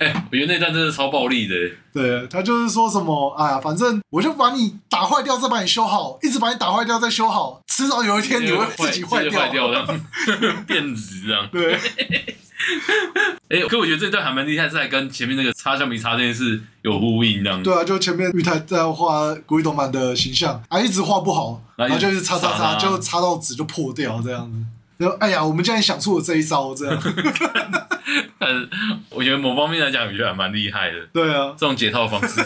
哎、我觉得那段真的超暴力的、
对他就是说什么，哎呀，反正我就把你打坏掉，再把你修好，一直把你打坏掉，再修好，迟早有一天你会自己
坏
坏
坏 掉这样，变质这样。
对，
哎、可我觉得这段还蛮厉害，是在跟前面那个擦橡皮擦这件事有呼应这样。
对啊，就前面玉台在画古力动漫的形象，啊，一直画不好，
然
然
后
后
一直
就是擦擦
擦
擦，
啊
就擦到纸就破掉这样子。然后，哎呀，我们竟然想出了这一招，这样。
但我觉得某方面来讲，我觉得还蛮厉害的，
对啊，
这种解套方 式。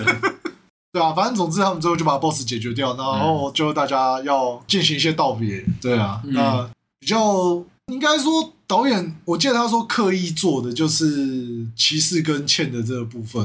对啊，反正总之他们最后就把 BOSS 解决掉，然后最后大家要进行一些道别。对啊，
嗯
那比较应该说导演，我记得他说刻意做的就是骑士跟欠的这个部分。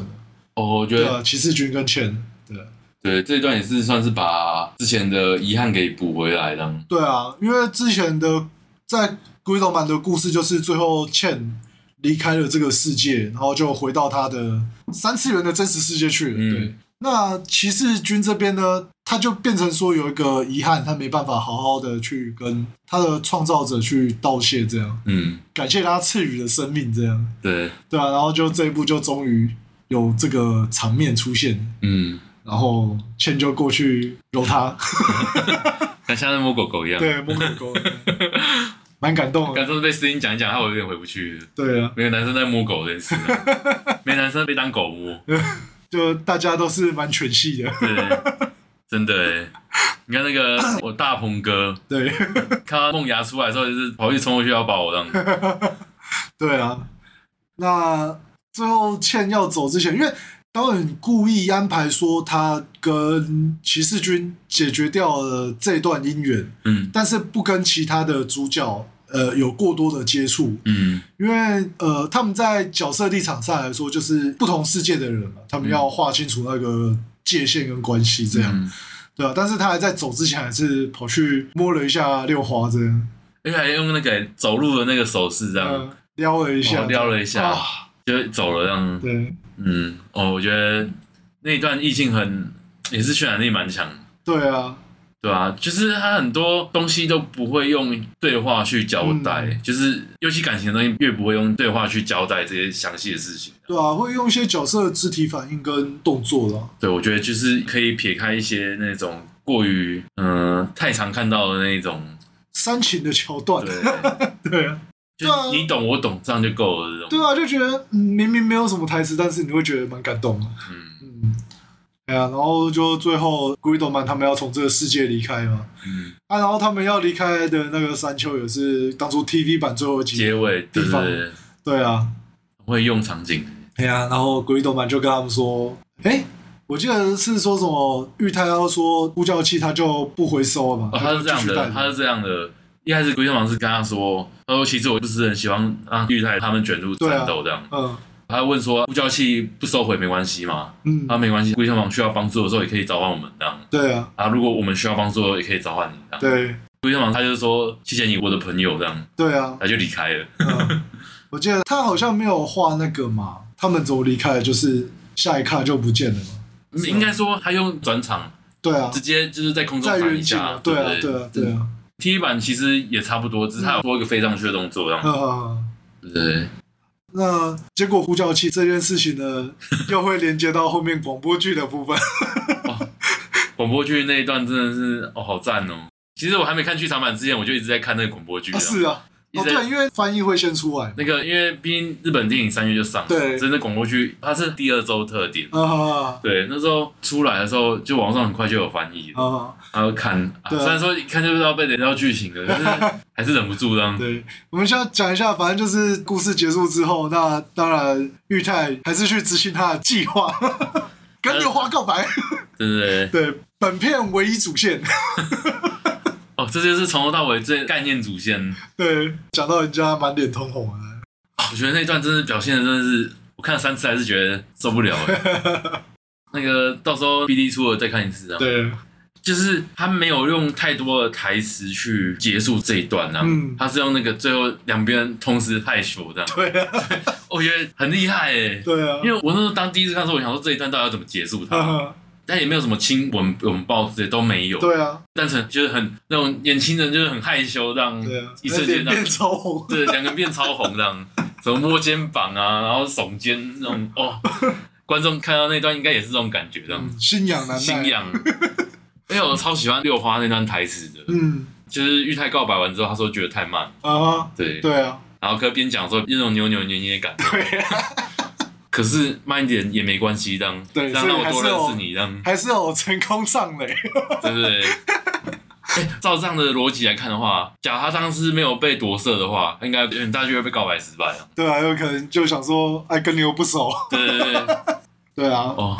哦，我觉
对
得
啊，骑士军跟欠，对
对这一段也是算是把之前的遗憾给补回来这样。
对啊，因为之前的在龟头版的故事就是最后欠离开了这个世界，然后就回到他的三次元的真实世界去了。
嗯
对，那骑士军这边呢，他就变成说有一个遗憾，他没办法好好的去跟他的创造者去道谢，这样
嗯，
感谢他赐予的生命，这样
对，
对啊，然后就这一部就终于有这个场面出现，
嗯，
然后欠就过去揉他。
像像那摸狗狗一样。
对，摸狗狗， 蛮感动的。
刚刚被思音讲一讲，害我有点回不去了。
对啊，
没有男生在摸狗这件事，啊 没男生被当狗摸，
就大家都是蛮全系的。
对，真的欸你看那个我大鹏哥，
对，
看他梦牙出来的时候，就是跑去冲过去要抱我这样。
对啊。那最后倩要走之前，因为导演故意安排说他跟骑士军解决掉了这段姻缘，
嗯
但是不跟其他的主角呃有过多的接触，
嗯
因为呃他们在角色立场上来说就是不同世界的人嘛，他们要划清楚那个界限跟关系这样。
嗯，
对啊，但是他还在走之前，还是跑去摸了一下六花这样，
而且还用那个欸走路的那个手势这样，
嗯，撩了一下，
哦撩了一下
啊
就走了这样。
对
嗯，哦，我觉得那一段意境很也是渲染力蛮强的。
对啊，
对啊，就是他很多东西都不会用对话去交代，
嗯
就是尤其感情的东西越不会用对话去交代这些详细的事情。
对啊，会用一些角色的肢体反应跟动作啦，
对，我觉得就是可以撇开一些那种过于嗯、呃太常看到的那种，
煽情的桥 段，
对，
对啊，
就
对啊
是你懂我懂，这样就够了这种。
对啊，就觉得、嗯、明明没有什么台词，但是你会觉得蛮感动的，
嗯
嗯，对啊，然后就最后 Guido 曼他们要从这个世界离开嘛，
嗯，
啊，然后他们要离开的那个山丘也是当初 TV 版最后一集，
结尾对
地
对
方
对，
对啊，
会用场景，
哎呀、然后鬼斗满就跟他们说，哎、我记得是说什么玉太要说呼叫器他就不回收了嘛，
哦，他是这样
就继续带
的，
着
他是这样的。一开始龟山王是跟他说，他说其实我不是很喜欢让玉太他们卷入战斗这样。
嗯
他问说，呼叫器不收回没关系吗？
嗯
他，说没关系，龟山王需要帮助的时候也可以召唤我们这样。
对啊，
啊，如果我们需要帮助也可以召唤你这样。
对
龟山王他就说谢谢你我的朋友这样，
对啊，
他就离开了。
嗯，我记得他好像没有画那个嘛，他们怎么离开的，就是下一卡就不见了嘛，是啊
应该说他用转场
对啊
直，接就是在空中
在
弹一
远景
下
啊，，对啊
不嗯
对啊对啊，
T 版其实也差不多，只是它有多一个飞上去的动作，这样。
嗯。
对，
那结果呼叫器这件事情 呢，又会连接到后面广播剧的部分。
广播剧那一段真的是哦，好赞哦！其实我还没看剧场版之前，我就一直在看那个广播剧、
啊是啊，
一
哦
直在
对，因为翻译会先出来。
那个，因为毕竟日本电影三月就上了，
对
真的广播剧它是第二周特点。
啊
对，那时候出来的时候，就网上很快就有翻译，
啊，
然后看，啊
对啊
虽然说一看就知道被雷到剧情了，但 是还是忍不住这样。
对，我们现在讲一下，反正就是故事结束之后，那当然玉泰还是去执行他的计划， 跟刘华告白。
对对对，
对，本片唯一主线。
哦，这就是从头到尾最概念主线。
对，讲到人家满脸通红了。
我觉得那一段真的表现的真的是，我看了三次还是觉得受不了欸。那个到时候 B D 出了再看一次啊。，
对，
就是他没有用太多的台词去结束这一段啊，
嗯
他是用那个最后两边同时害羞这样，
对啊，
我觉得很厉害欸诶、
对啊
因。为我那时候当第一次看的时候，我想说这一段到底要怎么结束它，
啊
但也没有什么亲吻拥抱之类都没有，
对啊，
单纯就是很那种年轻人就是很害羞这样，
对啊，
一瞬
脸
间这样
变超红。
对，两个人变超红这样，什么摸肩膀啊，然后耸肩那种，哦，观众看到那段应该也是这种感觉这样，
嗯心痒难耐。
心。痒。 因为我超喜欢六花那段台词的，
嗯
就是玉太告白完之后，他说觉得太慢，
啊，
对，
对啊，
然后可是边讲的时候有那种扭扭捏捏的感觉，可是慢一点也没关系，这样，
对
这样
所以
让我
还
多
是有
认识你，这样，
还是有成功上垒。
对不对？哎照这样的逻辑来看的话，假如他当时没有被夺舍的话，应该很大机会被告白失败啊。
对啊，有可能就想说，哎，跟你又不熟。
对对对对，
对啊，
哦，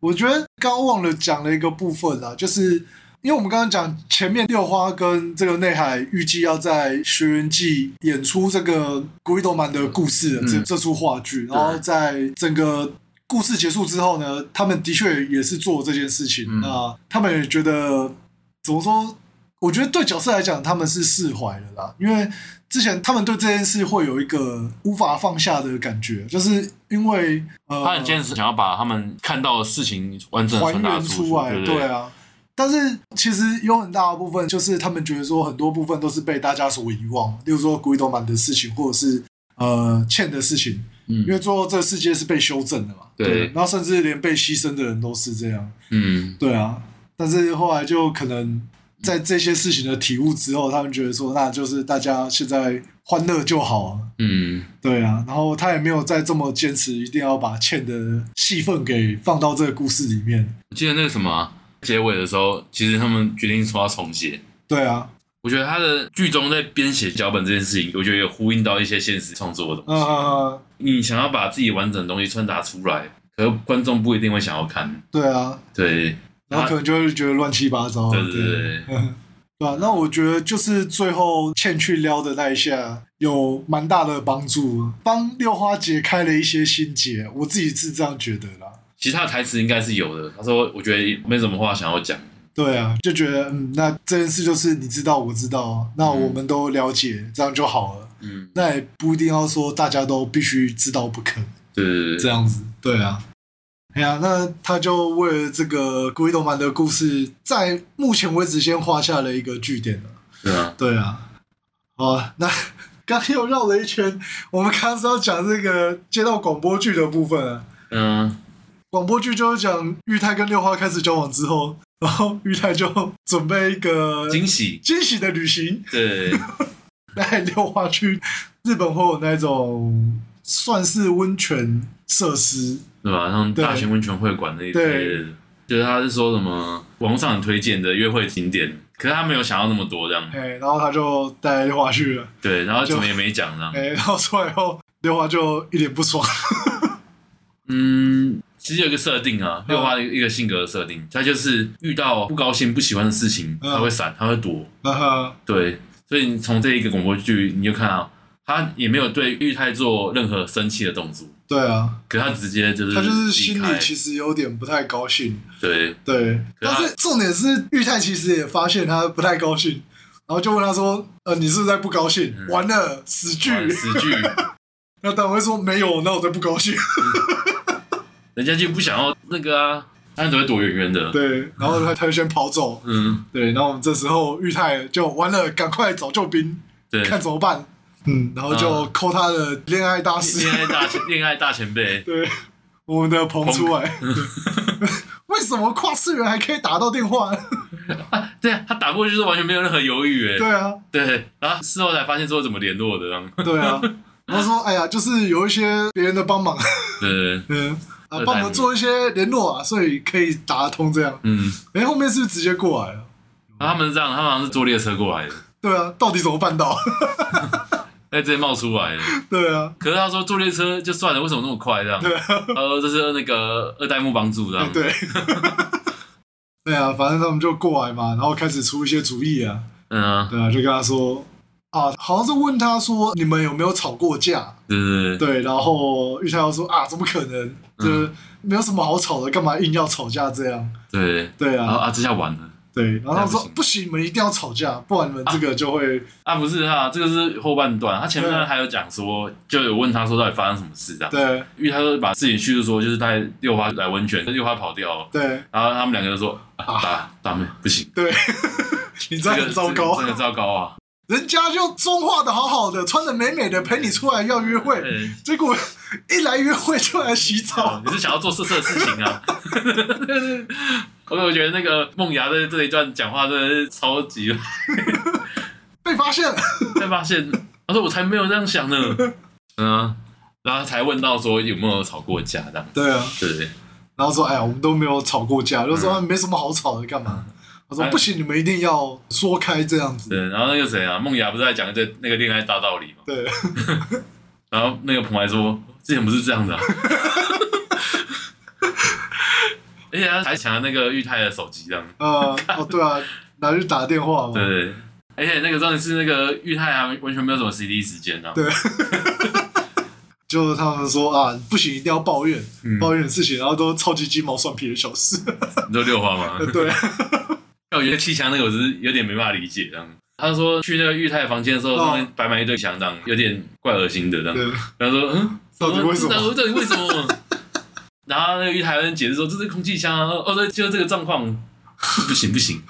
我觉得刚忘了讲了一个部分啊，就是因为我们刚刚讲前面六花跟这个内海预计要在学园季演出这个古伊斗满的故事的这、
嗯
这出话剧，然后在整个。故事结束之后呢，他们的确也是做这件事情。
嗯
那他们也觉得怎么说？我觉得对角色来讲，他们是释怀了啦，因为之前他们对这件事会有一个无法放下的感觉，就是因为呃，
他很坚持想要把他们看到的事情完整地
还
传达
原
出
出来，
对不
对啊。但是其实有很大的部分，就是他们觉得说很多部分都是被大家所遗忘，例如说古伊斗满的事情，或者是呃欠的事情，
嗯
因为最后这个世界是被修正的嘛，
对
然后甚至连被牺牲的人都是这样，
嗯，
对啊。但是后来就可能在这些事情的体悟之后，他们觉得说，那就是大家现在欢乐就好啊，
嗯，
对啊。然后他也没有再这么坚持，一定要把欠的戏份给放到这个故事里面，
我记得那个什么啊结尾的时候，其实他们决定说要重写。
对啊。
我觉得他的剧中在编写脚本这件事情，我觉得有呼应到一些现实创作的东西。
啊，
你想要把自己完整的东西传达出来，可是观众不一定会想要看。
对啊，
对，
然后可能就会觉得乱七八糟。
对对对对，
对啊，那我觉得就是最后倩去撩的那一下有蛮大的帮助，帮六花解开了一些心结，我自己是这样觉得啦。
其实他的台词应该是有的。他说：“我觉得没什么话想要讲。
对啊，就觉得嗯，那这件事就是你知道，我知道，啊那我们都了解，这样就好了。”
嗯，
那也不一定要说大家都必须知道不可，
对对
这
对，
样子。对啊，哎呀，那他就为了这个古伊斗曼的故事，在目前为止先画下了一个句点了。
对啊，
对啊，好啊，那 刚又绕了一圈，我们刚刚是要讲这个接到广播剧的部分啊。
嗯，
广播剧就是讲玉泰跟六花开始交往之后，然后玉泰就准备一个
惊喜，
惊喜的旅行，
对，
带六花去日本会有那种算是温泉设施，
对吧？像
对
大型温泉会馆那一
对
类的，就是他是说什么网络上很推荐的约会景点，可是他没有想要那么多这样，
哎，然后他就带六花去了，
对，然后
就
怎么也没讲这样，
哎，然后出来以后，六花就一脸不爽，
嗯，其实有一个设定啊，六花的一个性格的设定，他就是遇到不高兴、不喜欢的事情，
嗯
他会闪，他会躲。
嗯哼，
对，所以你从这一个广播剧，你就看到他也没有对玉太做任何生气的动作，
对啊，
可他直接就是
他就是
离
心
开
里其实有点不太高兴，
对
对，
可他
但是重点是玉泰其实也发现他不太高兴，然后就问他说：“呃，你是不是在不高兴？”
嗯
完了，死句。
玩十 句，
那党会说：“没有，那我在不高兴。
人家就不想要那个啊，他只会躲远远”的。
对，然后他他就先跑走。
嗯，
对，然后我们这时候玉泰就完了，赶快找救兵，
对，
看怎么办。嗯，然后就
嗯
扣他的恋爱大师，
恋爱大 前恋爱大前辈，
对， 我们的彭出来。 为什么跨次元还可以打到电话？
对啊，他打过去是完全没有任何犹豫哎，
对啊，
对，然后事后才发现说怎么联络的，这样
对啊。然后说，哎呀，就是有一些别人的帮忙，
对，
嗯，啊
二代，目
帮我们做一些联络啊，所以可以打得通这样。
嗯，
哎、后面是不是直接过来了？
然后他们是这样，他们好像是坐列车过来的，哎
对啊，到底怎么办到？，
直接冒出来了。
对啊，
可是他说坐列车就算了，为什么那么快这样？
对啊，
他说这是那个二代目帮助这样。
对，对啊，反正他们就过来嘛，然后开始出一些主意啊，
嗯啊，
对啊，就跟他说啊，好像是问他说你们有没有吵过架？
对对对，
对，然后玉太又说啊，怎么可能？
嗯
就是没有什么好吵的，干嘛硬要吵架这样？
对，
对
然后
啊，
啊，这下完了。
对，然后他说
那
不行，你们一定要吵架，不然你们这个就会
啊，不是啊，这个是后半段，他前面
对啊
段还有讲说，就有问他说到底发生什么事这样，
对
因为他就把自己叙述说就是带六花来温泉，六花跑掉了，
对
然后他们两个就说啊打打妹不行，
对，你这样很糟糕
这个这个真。的糟糕 啊，
人家就妆化的好好的，穿的美美的，陪你出来要约会，
对
结果一来约会就来洗
哦
澡，
你是想要做色色的事情啊。 我我觉得那个梦牙在这一段讲话真的是超级
被发现了。
才发现，他说我才没有这样想呢。嗯啊、然后才问到说有没有吵过架这样，
对啊，
对不对？
然后说哎呀，我们都没有吵过架，就说、啊没什么好吵的，干嘛？他说
嗯哎
不行，你们一定要说开这样子。
对，然后那个谁啊，梦牙不是在讲一堆那个恋爱大道理嘛？
对，
然后那个彭还说之前不是这样的、啊，而且他还抢了那个玉泰的手机这样，
呃，哦对啊，拿去打电话嘛。
对对。而且那个重点是那个玉泰还完全没有什么 CD 时间啊，
对就他们说啊，不行，一定要抱怨，
嗯
抱怨的事情，然后都超级鸡毛蒜皮的小 事。
你说六花吗？
对，
但 我觉得气枪那个我是有点没办法理解这样。他说去那个裕泰房间的时候，
哦
上面摆满一堆枪，这样有点怪恶心的这样。
对，
然后说，嗯，
到底为什
然后
么？
到底为什么？ 然后那个裕泰人解释说这是空气枪啊，哦，对，就是这个状况，不行不 行，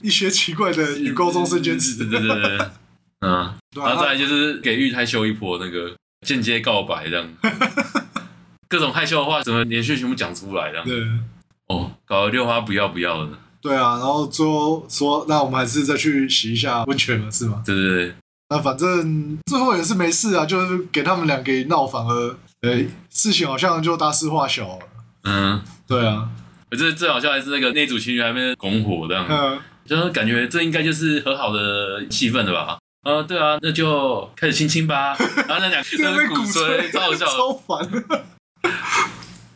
一些奇怪的女高中生坚持。
对对对对，对嗯，
对
然后再
啊，
来就是给裕泰修一波那个间接告白这 样，各种害羞的话怎么连续全部讲出来这样，
对。
哦，搞得六花不要不要的，
对啊，然后最后说，那我们还是再去洗一下温泉了，是吗？
对对对，
那反正最后也是没事啊，就是给他们俩给闹，反而呃事情好像就大事化小了。
嗯。
对啊，
我觉得最好笑的是那个那组情侣还没拱火这样，
嗯，
就是感觉这应该就是和好的气氛了吧？呃，对啊，那就开始亲亲 吧。然后那两
这
个
被
人鼓吹，超好笑 的。
超烦。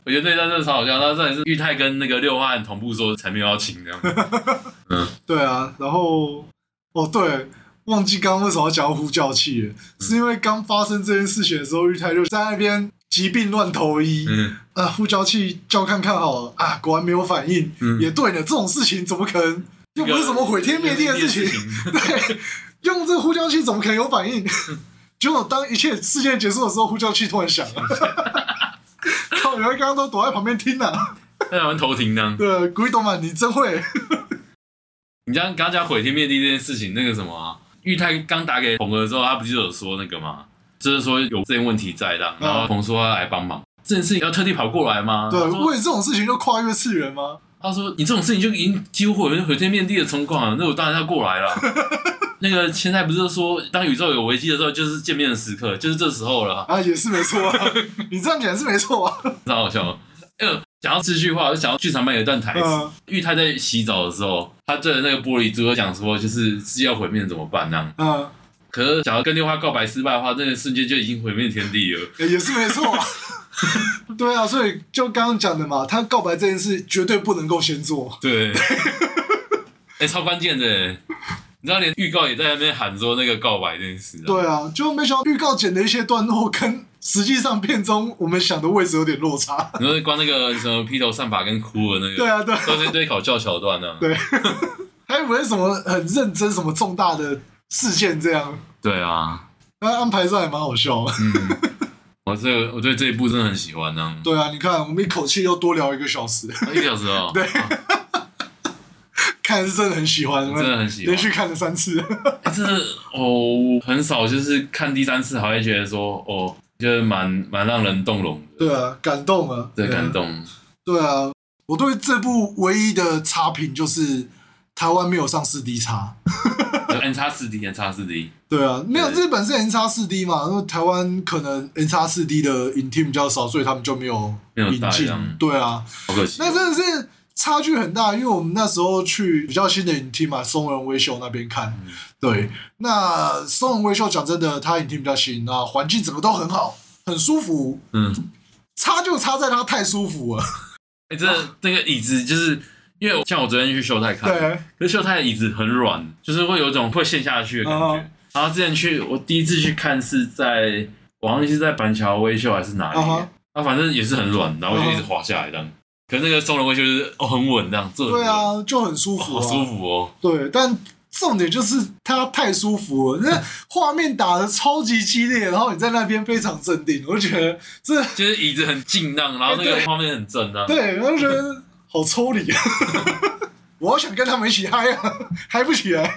我觉得那一段真的超好笑。那这里是玉泰跟那个六汉同步说才没有要亲这样。
对啊，然后哦对，忘记刚刚为什么要讲呼叫器了，是因为刚发生这件事情的时候，玉泰就在那边疾病乱投医。
嗯，
啊，呼叫器叫看看好了啊，果然没有反应，
嗯
也对呢，这种事情怎么可能？ 又不是什么毁天灭地的事情， 对，用这个呼叫器怎么可能有反应？结果当一切事件结束的时候，呼叫器突然响了。靠！原来刚刚都躲在旁边听呢、啊。
在他们偷听这样。
对，古一懂嘛，你真会。
你刚刚讲毁天灭地这件事情，那个什么、啊，玉泰刚打给鹏哥的时候，他不就有说那个吗？就是说有这些问题在的，然后鹏说要来帮忙，这件事情要特地跑过来吗？
嗯对，
他说
为这种事情就跨越次元吗？
他说：“你这种事情就已经几乎毁毁天灭地的状况了，那我当然要过来了。那个现在不是说，当宇宙有危机的时候，就是见面的时刻，就是这时候了，
啊，也是没错 啊，你这样讲也是没错啊。
超好笑。哎呦，讲到这句话，我就想到剧场版有一段台词，
嗯
玉泰在洗澡的时候，他对着那个玻璃珠讲说，就是世界要毁灭怎么办呢、
嗯，
可是，想要跟六花告白失败的话，那个瞬间就已经毁灭天地了。
也是没错啊。对啊，所以就刚刚讲的嘛，他告白这件事绝对不能够先做。
对， 哎、超关键的欸，你知道连预告也在那边喊说那个告白这件事、啊，
对啊，就没想到预告剪的一些段落跟实际上片中我们想的位置有点落差。
你说光那个什么披头散发跟哭的那个，
对啊，对啊，
都是一堆搞笑桥段呢、啊。
对， 还以为什么很认真，什么重大的事件这样，
对啊，
那安排上也蛮好笑的。
嗯， 我这个我对这一部真的很喜欢呢、
对啊，你看我们一口气又多聊一个小时，
啊，一个小时哦，对，
看是啊真的很喜欢，
真的很喜欢
连续看了三次。
欸、真的哦，很少就是看第三次还会觉得说哦，就是蛮蛮让人动容的，
对啊，感动啊，
对，
啊
感。动，
对啊，我对这部唯一的差评就是台湾没有上四 D 差。
n 叉哎四 D，n 叉四 D，
对啊，没有
对
日本是 N 叉四 D 嘛，那台湾可能 N 叉四 D 的影厅比较少，所以他们就没有
没有
引
大
进
量。
对啊，
好可惜哦。
那真的是差距很大，因为我们那时候去比较新的影厅嘛，松仁威秀那边看。
嗯
对，那松仁威秀讲真的，它影厅比较新，那环境整个都很好，很舒服。
嗯，
差就差在它太舒服了。
哎、真的那个椅子就是。因为像我昨天去秀泰看，
对，
可是秀泰的椅子很软，就是会有一种会陷下去的感觉。
嗯
然后之前去，我第一次去看是在，我好像是在板桥微秀还是哪里，
嗯哼嗯
啊，反正也是很软，然后我就一直滑下来这样。可是那个松仁微秀就是哦很稳这样，坐得很
对
稳，
啊，就很舒
哦
服、
好
啊，
舒服哦，
对，但重点就是它太舒服了， 那画面打的超级激烈，然后你在那边非常镇定，我就觉得这
就是椅子很静浪，然后那
哎
个
对
画面很正啊。
对，我就觉得好抽 离啊。我好想跟他们一起嗨啊， 嗨不起来。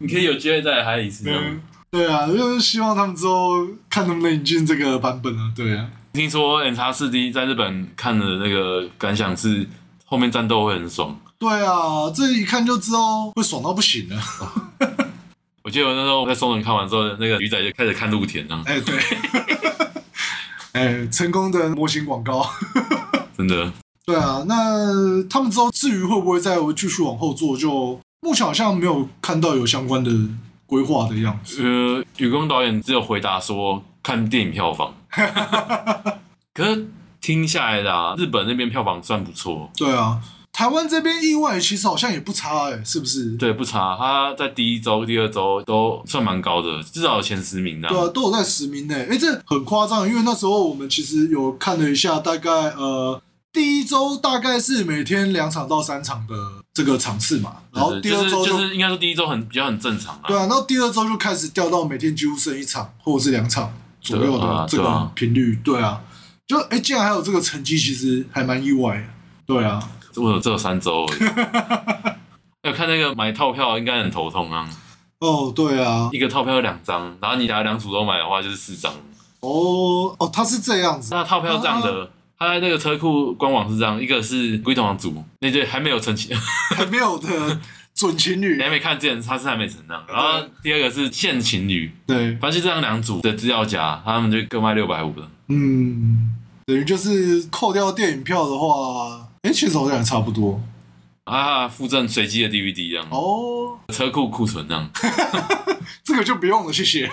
你可以有机会再来嗨一次这样。
对啊，就是希望他们之后看能不能引进这个版本啊。对啊，
听说 N 叉四 D 在日本看的那个感想是，后面战斗会很爽。
对啊，这一看就知道会爽到不行啊了。
我记得我那时候在松仁看完之后，那个鱼仔就开始看露田啊，
哎、 对，哎、成功的模型广告。
真的。
对啊，那他们之后至于会不会再继续往后做，就目前好像没有看到有相关的规划的样子。
呃，宇光导演只有回答说看电影 票房，可是听下来的啊，日本那边票房算不错，
对啊，台湾这边意外其实好像也不差哎、是不是？
对，啊不差。他在第一周、第二周都算蛮高的，至少有前十名的啊、
对啊，都有在实名内、哎、这很夸张，因为那时候我们其实有看了一下，大概呃第一周大概是每天两场到三场的这个场次嘛，啊然后第
就
二
是
周
就是就是应该说第一周很比较很正常啊，
对啊，然后第二周就开始掉到每天几乎剩一场或者是两场左右
对
的
啊
这
对
个
啊
频率。对啊，就哎、竟然还有这个成绩，其实还蛮意外的。对啊，
我有只有三周而已。 要看那个买套票应该很头痛啊，
哦，对啊，
一个套票有两张，然后你拿两组都买的话就是四张。
哦哦，他是这样子，
那套票这样
哦
的，它在那个车库官网是这样，一个是龟头王组，那对还没有成型，
还没有的准情
你
侣
还。没看见，它是还没成那样。然后第二个是现情侣，
对，
反正就这样两组的资料夹，他们就各卖六百五了。
嗯，等于就是扣掉电影票的话，哎、其实好像也差不多。
啊，附赠随机的 DVD 一样，
哦，
车库库存这样。
这个就不用了，谢 谢。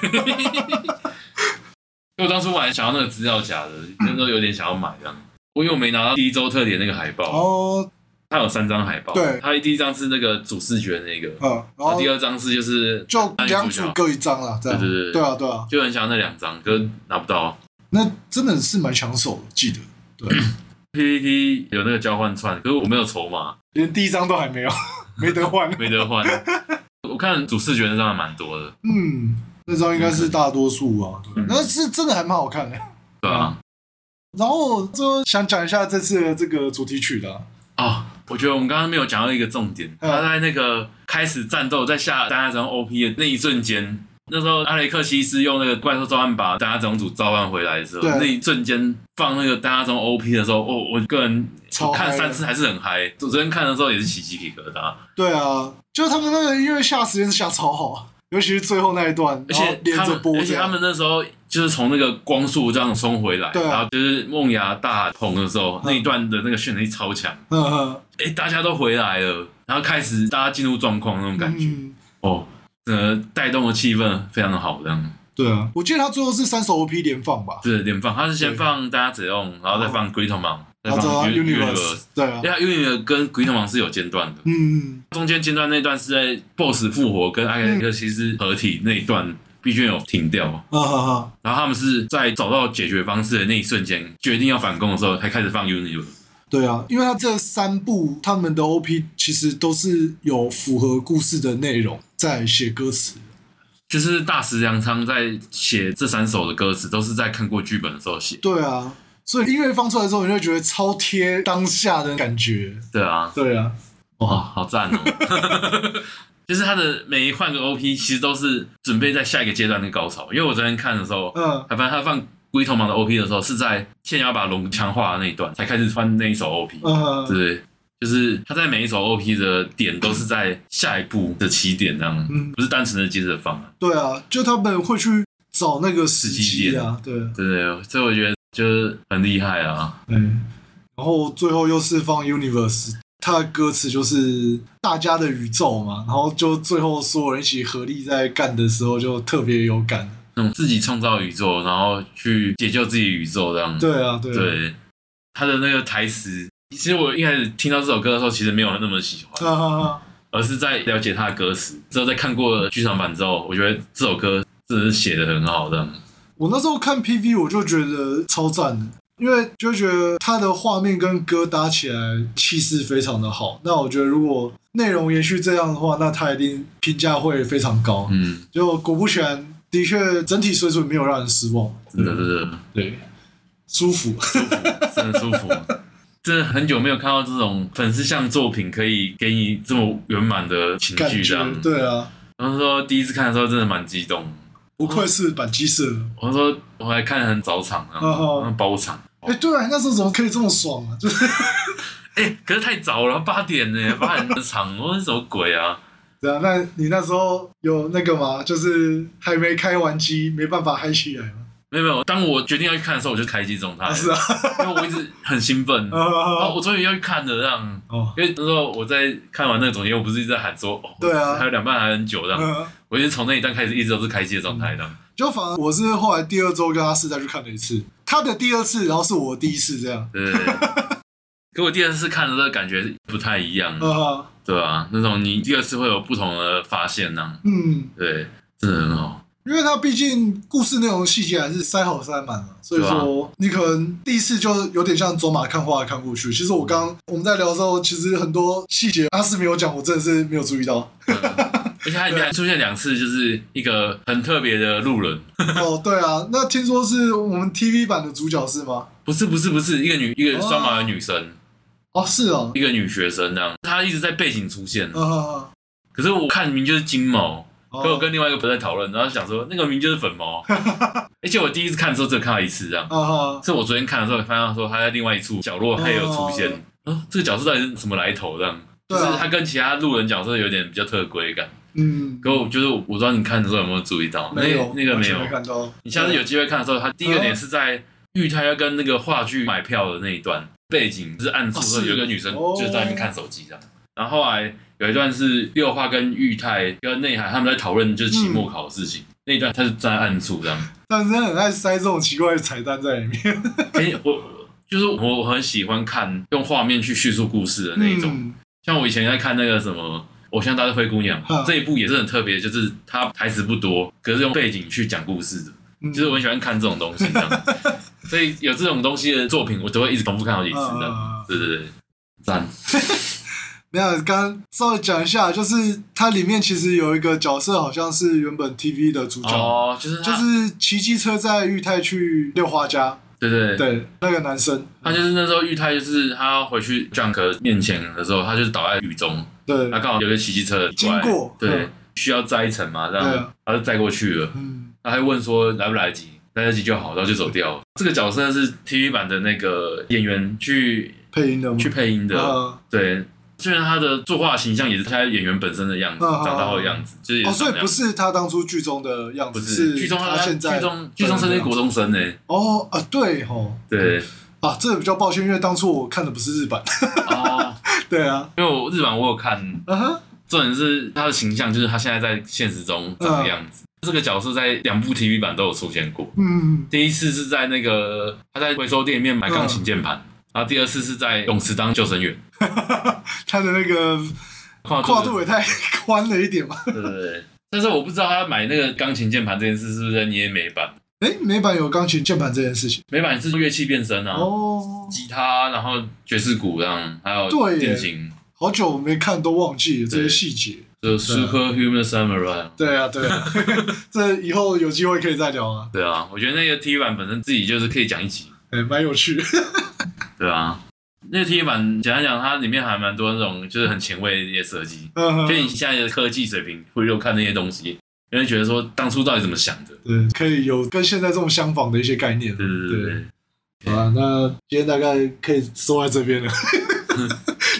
因为我当初我还想要那个资料夹的，那时候有点想要买这样。我因为我没拿到第一周特点那个海报，
哦，
它有三张海报，
对
它第一张是那个主视觉那个，
嗯，然后
然后第二张是就是
就
男女
两
主
组
角
各一张啦，这样。
对对对
对啊，对啊，
就很想要那两张，可是拿不到。
那真的是蛮抢手的，记得。对。
PPT 有那个交换串，可是我没有筹码，
连第一张都还没有， 没得换。
没得换。我看主视觉那张还蛮多的，
嗯，那张应该是大多数啊，对
嗯
那是真的还蛮好看的。
对啊。
然后就想讲一下这次的啊这个主题曲啦。
哦，我觉得我们刚刚没有讲到一个重点，
嗯
他在那个开始战斗，在下大家整 OP 的那一瞬间，那时候阿雷克西斯用那个怪兽召唤把大家整组召唤回来的时候，
对
那一瞬间放那个大家整 OP 的时候，哦，我个人
超
我看
嗨的
三次还是很嗨，我昨天看的时候也是起鸡皮疙瘩，
对啊，就是他们那个音乐下时间下超好，啊尤其是最后那一段，
而
然后
且
哦连
他
着
们
播
而
这
且他
样。
们那时候就是从那个光速这样冲回来，
对啊
然后就是梦牙大鹏的时候，那一段的那个渲染力超强，
嗯嗯
哎、大家都回来了，然后开始大家进入状况那种感觉。
嗯，
哦，呃，带动的气氛非常好，这样。
对啊，我记得他最后是三首 OP 连放吧，
是连放，他是先
对
放大家只用，然后再放 g r e e t o m o n 再
然后走到
放
啊 Universe，对啊
因为，它 Universe 跟 g r e e t o m o n 是有间断的，
嗯，
中间间断那段是在 BOSS 复活跟艾瑞克西斯合体那一段，必须有停掉。
啊哈哈，
然后他们是在找到解决方式的那一瞬间，决定要反攻的时候，才开始放 Universe。
对啊，因为他这三部他们的 OP 其实都是有符合故事的内容在写歌词，
就是大石良仓在写这三首的歌词，都是在看过剧本的时候写。
对啊，所以音乐放出来之后，你就会觉得超贴当下的感觉，
对啊，
对啊，
哇，好赞哦！ 就是他的每一换个 OP，其实都是准备在下一个阶段的高潮。因为我昨天看的时候，
嗯，
还发现他放龟头盲的 OP 的时候，是在现要把龙强化的那一段才开始穿那一首 OP。
嗯
对，就是他在每一首 OP 的点都是在下一步的起点，这样，
嗯
不是单纯的接着放啊。
对啊，就他们会去找那个时机啊，对，
对对，所以我觉得就是很厉害啊。
嗯，然后最后又是放 Universe，它的歌词就是大家的宇宙嘛，然后就最后所有人一起合力在干的时候，就特别有感。
那种自己创造宇宙，然后去解救自己宇宙这样。
对啊，对啊，
对，他的那个台词，其实我一开始听到这首歌的时候，其实没有那么喜欢，
啊哈哈，
而是在了解他的歌词之后，在看过剧场版之后，我觉得这首歌真的是写的很好的。
我那时候看 PV 我就觉得超赞的。因为就觉得它的画面跟歌搭起来气势非常的好，那我觉得如果内容延续这样的话，那它一定评价会非常高。
嗯，
就果不其然，的确整体水准没有让人失望，
真的真的
对，舒服。
真的舒服。真的很久没有看到这种粉丝向作品可以给你这么圆满的情
感
绪，这样
觉。对啊，
然后说第一次看的时候真的蛮激动，
不愧是板机社的。
我说我还看得很早场，然
哦
后
哦
然后包场。
哎、对啊，那时候怎么可以这么爽啊？就是
哎、可是太早了，八点呢、八点的场，我说什么鬼啊？
对啊，那你那时候有那个吗？就是还没开完机，没办法嗨起来吗？
没有没有，当我决定要去看的时候，我就开机状态
啊，
了，
是 啊，
因为我一直很兴奋，然后
哦
我终于要去看了，这样，
哦，
因为那时候我在看完那个总结，我不是一直在喊说，哦，
对啊
还有两半还很久这样，
嗯，
我已经从那一段开始一直都是开机的状态的，
就反而我是后来第二周跟阿四再去看了一次，他的第二次，然后是我第一次这样，
对 对对。给我第二次看的时候感觉不太一样，
啊，
对啊，那种你第二次会有不同的发现呢、
嗯，
对，真的很好，
因为他毕竟故事内容细节还是塞好塞满了，所以
啊
说你可能第一次就有点像走马看花地看过去。其实我刚我们在聊的时候，其实很多细节阿四没有讲，我真的是没有注意到。
嗯而且它里面还出现两次，就是一个很特别的路人，
哦，对啊，那听说是我们 TV 版的主角是吗？
不是不是不是，一个女一个双马的女生，
哦，是哦，
一个女学生这样，她一直在背景出现，
啊啊，
可是我看明明就是金毛，
啊
可我跟另外一个朋友在讨论，然后想说那个明明就是粉 毛，而且我第一次看的时候只有看到一次这样，
啊哈，
是我昨天看的时候发现说他在另外一处角落他也有出现
哦，
啊，这个角色到底是什么来头这样？就
对
是
啊
他跟其他路人角色有点比较特规感，
嗯，
可我就是我不知道你看的时候有没有注意到，那
没有
那个
完
没
全
有
没，看到。
你下次有机会看的时候，他第一个点
嗯
是在玉泰要跟那个话剧买票的那一段，背景是暗处说
哦是
有一个女生
哦
就在那边看手机这样。然后后来有一段是六化跟玉泰跟内涵他们在讨论就是期
嗯
末考的事情，那一段他是站在暗处这样。
但是很爱塞这种奇怪的彩蛋在里面，
哎，我就是我很喜欢看用画面去叙述故事的那一种，
嗯
像我以前在看那个什么。偶像大队灰姑娘
嗯
这一部也是很特别，就是它台词不多，可是用背景去讲故事的。
嗯
就是我很喜欢看这种东西，这 样，所以有这种东西的作品，我都会一直重复看好几次
啊
的。
啊啊
对对对，赞，
没有，刚刚稍微讲一下，就是它里面其实有一个角色，好像是原本 TV 的主角，
哦，就是
就
他，
是骑机车在裕泰去六花家，
对对，
对，那个男生，
嗯他就是那时候玉泰，就是他回去 Junk 面前的时候，他就是倒在雨中，
对
他，刚好有个骑机车
经过
对
嗯，
需要摘一层嘛，这
对
样
啊，
他就摘过去了，
嗯，
他还问说来不来得及，来得及就好，然后就走掉了。这个角色是 TV 版的那个演员去
配音的吗？
去配音的，
呃
对，虽然他的作画形象也是他演员本身的样子，
嗯
长大后的样子，就是也
哦，
是长
所以
那样
不是他当初剧中的样
不
子，
是
是
剧中
他现在
剧中剧中甚至国中生呢，
哦啊，对吼，
对，
啊，这个比较抱歉，因为当初我看的不是日版，
哦，
对啊，
因为我日版我有看，
啊哈，
重点是他的形象就是他现在在现实中长的样子，这个角色在两部 TV 版都有出现过。
嗯，
第一次是在那个他在回收店里面买钢琴键盘，
嗯
然后第二次是在泳池当救生员，
他的那个
跨
跨
度
度也太宽了一点 吧？
对对对。但是我不知道他买那个钢琴键盘这件事是不是在捏美版，
哎，美版有钢琴键盘这件事情
美版是乐器变身啊，
哦，
吉他，然后爵士鼓这样，还有
对耶
电琴，
好久没看都忘记了这些
对
细节。
就是
啊
Super Human Samurai。
对啊，对 啊，这以后有机会可以再聊啊，
对啊，我觉得那个 T 版本身自己就是可以讲一集。
哎，蛮有趣。
对啊，那个 T 版简单讲，它里面还蛮多那种就是很前卫的一些设计。
嗯，
就你现在的科技水平回头看那些东西，你会觉得说当初到底怎么想的？
对，可以有跟现在这种相仿的一些概念。啊
对对对对，
好啊，那今天大概可以说在这 边了，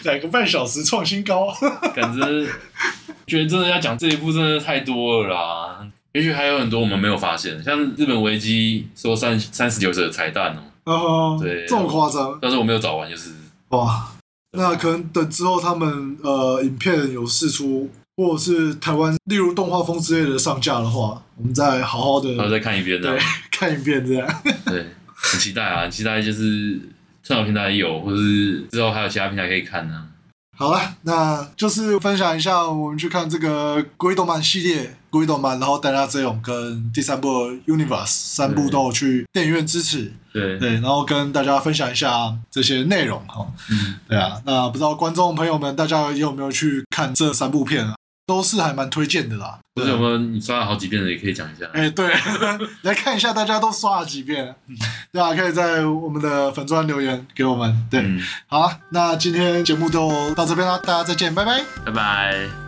两个半小时创新高。
对 感觉觉得真的要讲这一部真的太多了啦。也许还有很多我们没有发现，像日本维基说三三十九的彩蛋哦、
哦，
对
这么夸张
但是我没有找完，就是
哇！那可能等之后他们呃影片有试出，或者是台湾例如动画风之类的上架的话，我们再好好的
然后再看一遍这
对
样。
看一遍这样。
对，很期待啊，很期待就是串流平台有，或是之后还有其他平台可以看呢、
好了，那就是分享一下我们去看这个《鬼动漫》系列，《鬼动漫》，然后《戴拉之勇》跟第三部《Universe》三部都有去电影院支持，
对，
对，然后跟大家分享一下这些内容哈。
嗯，
对啊，那不知道观众朋友们大家有没有去看这三部片啊？都是还蛮推荐的啦。
或
对
者
啊
有没有你刷了好几遍的也可以讲一下。
哎、对，来看一下大家都刷了几遍，对啊，可以在我们的粉专留言给我们。对，
嗯，
好啊，那今天节目就到这边啦，大家再见，拜拜。
拜拜。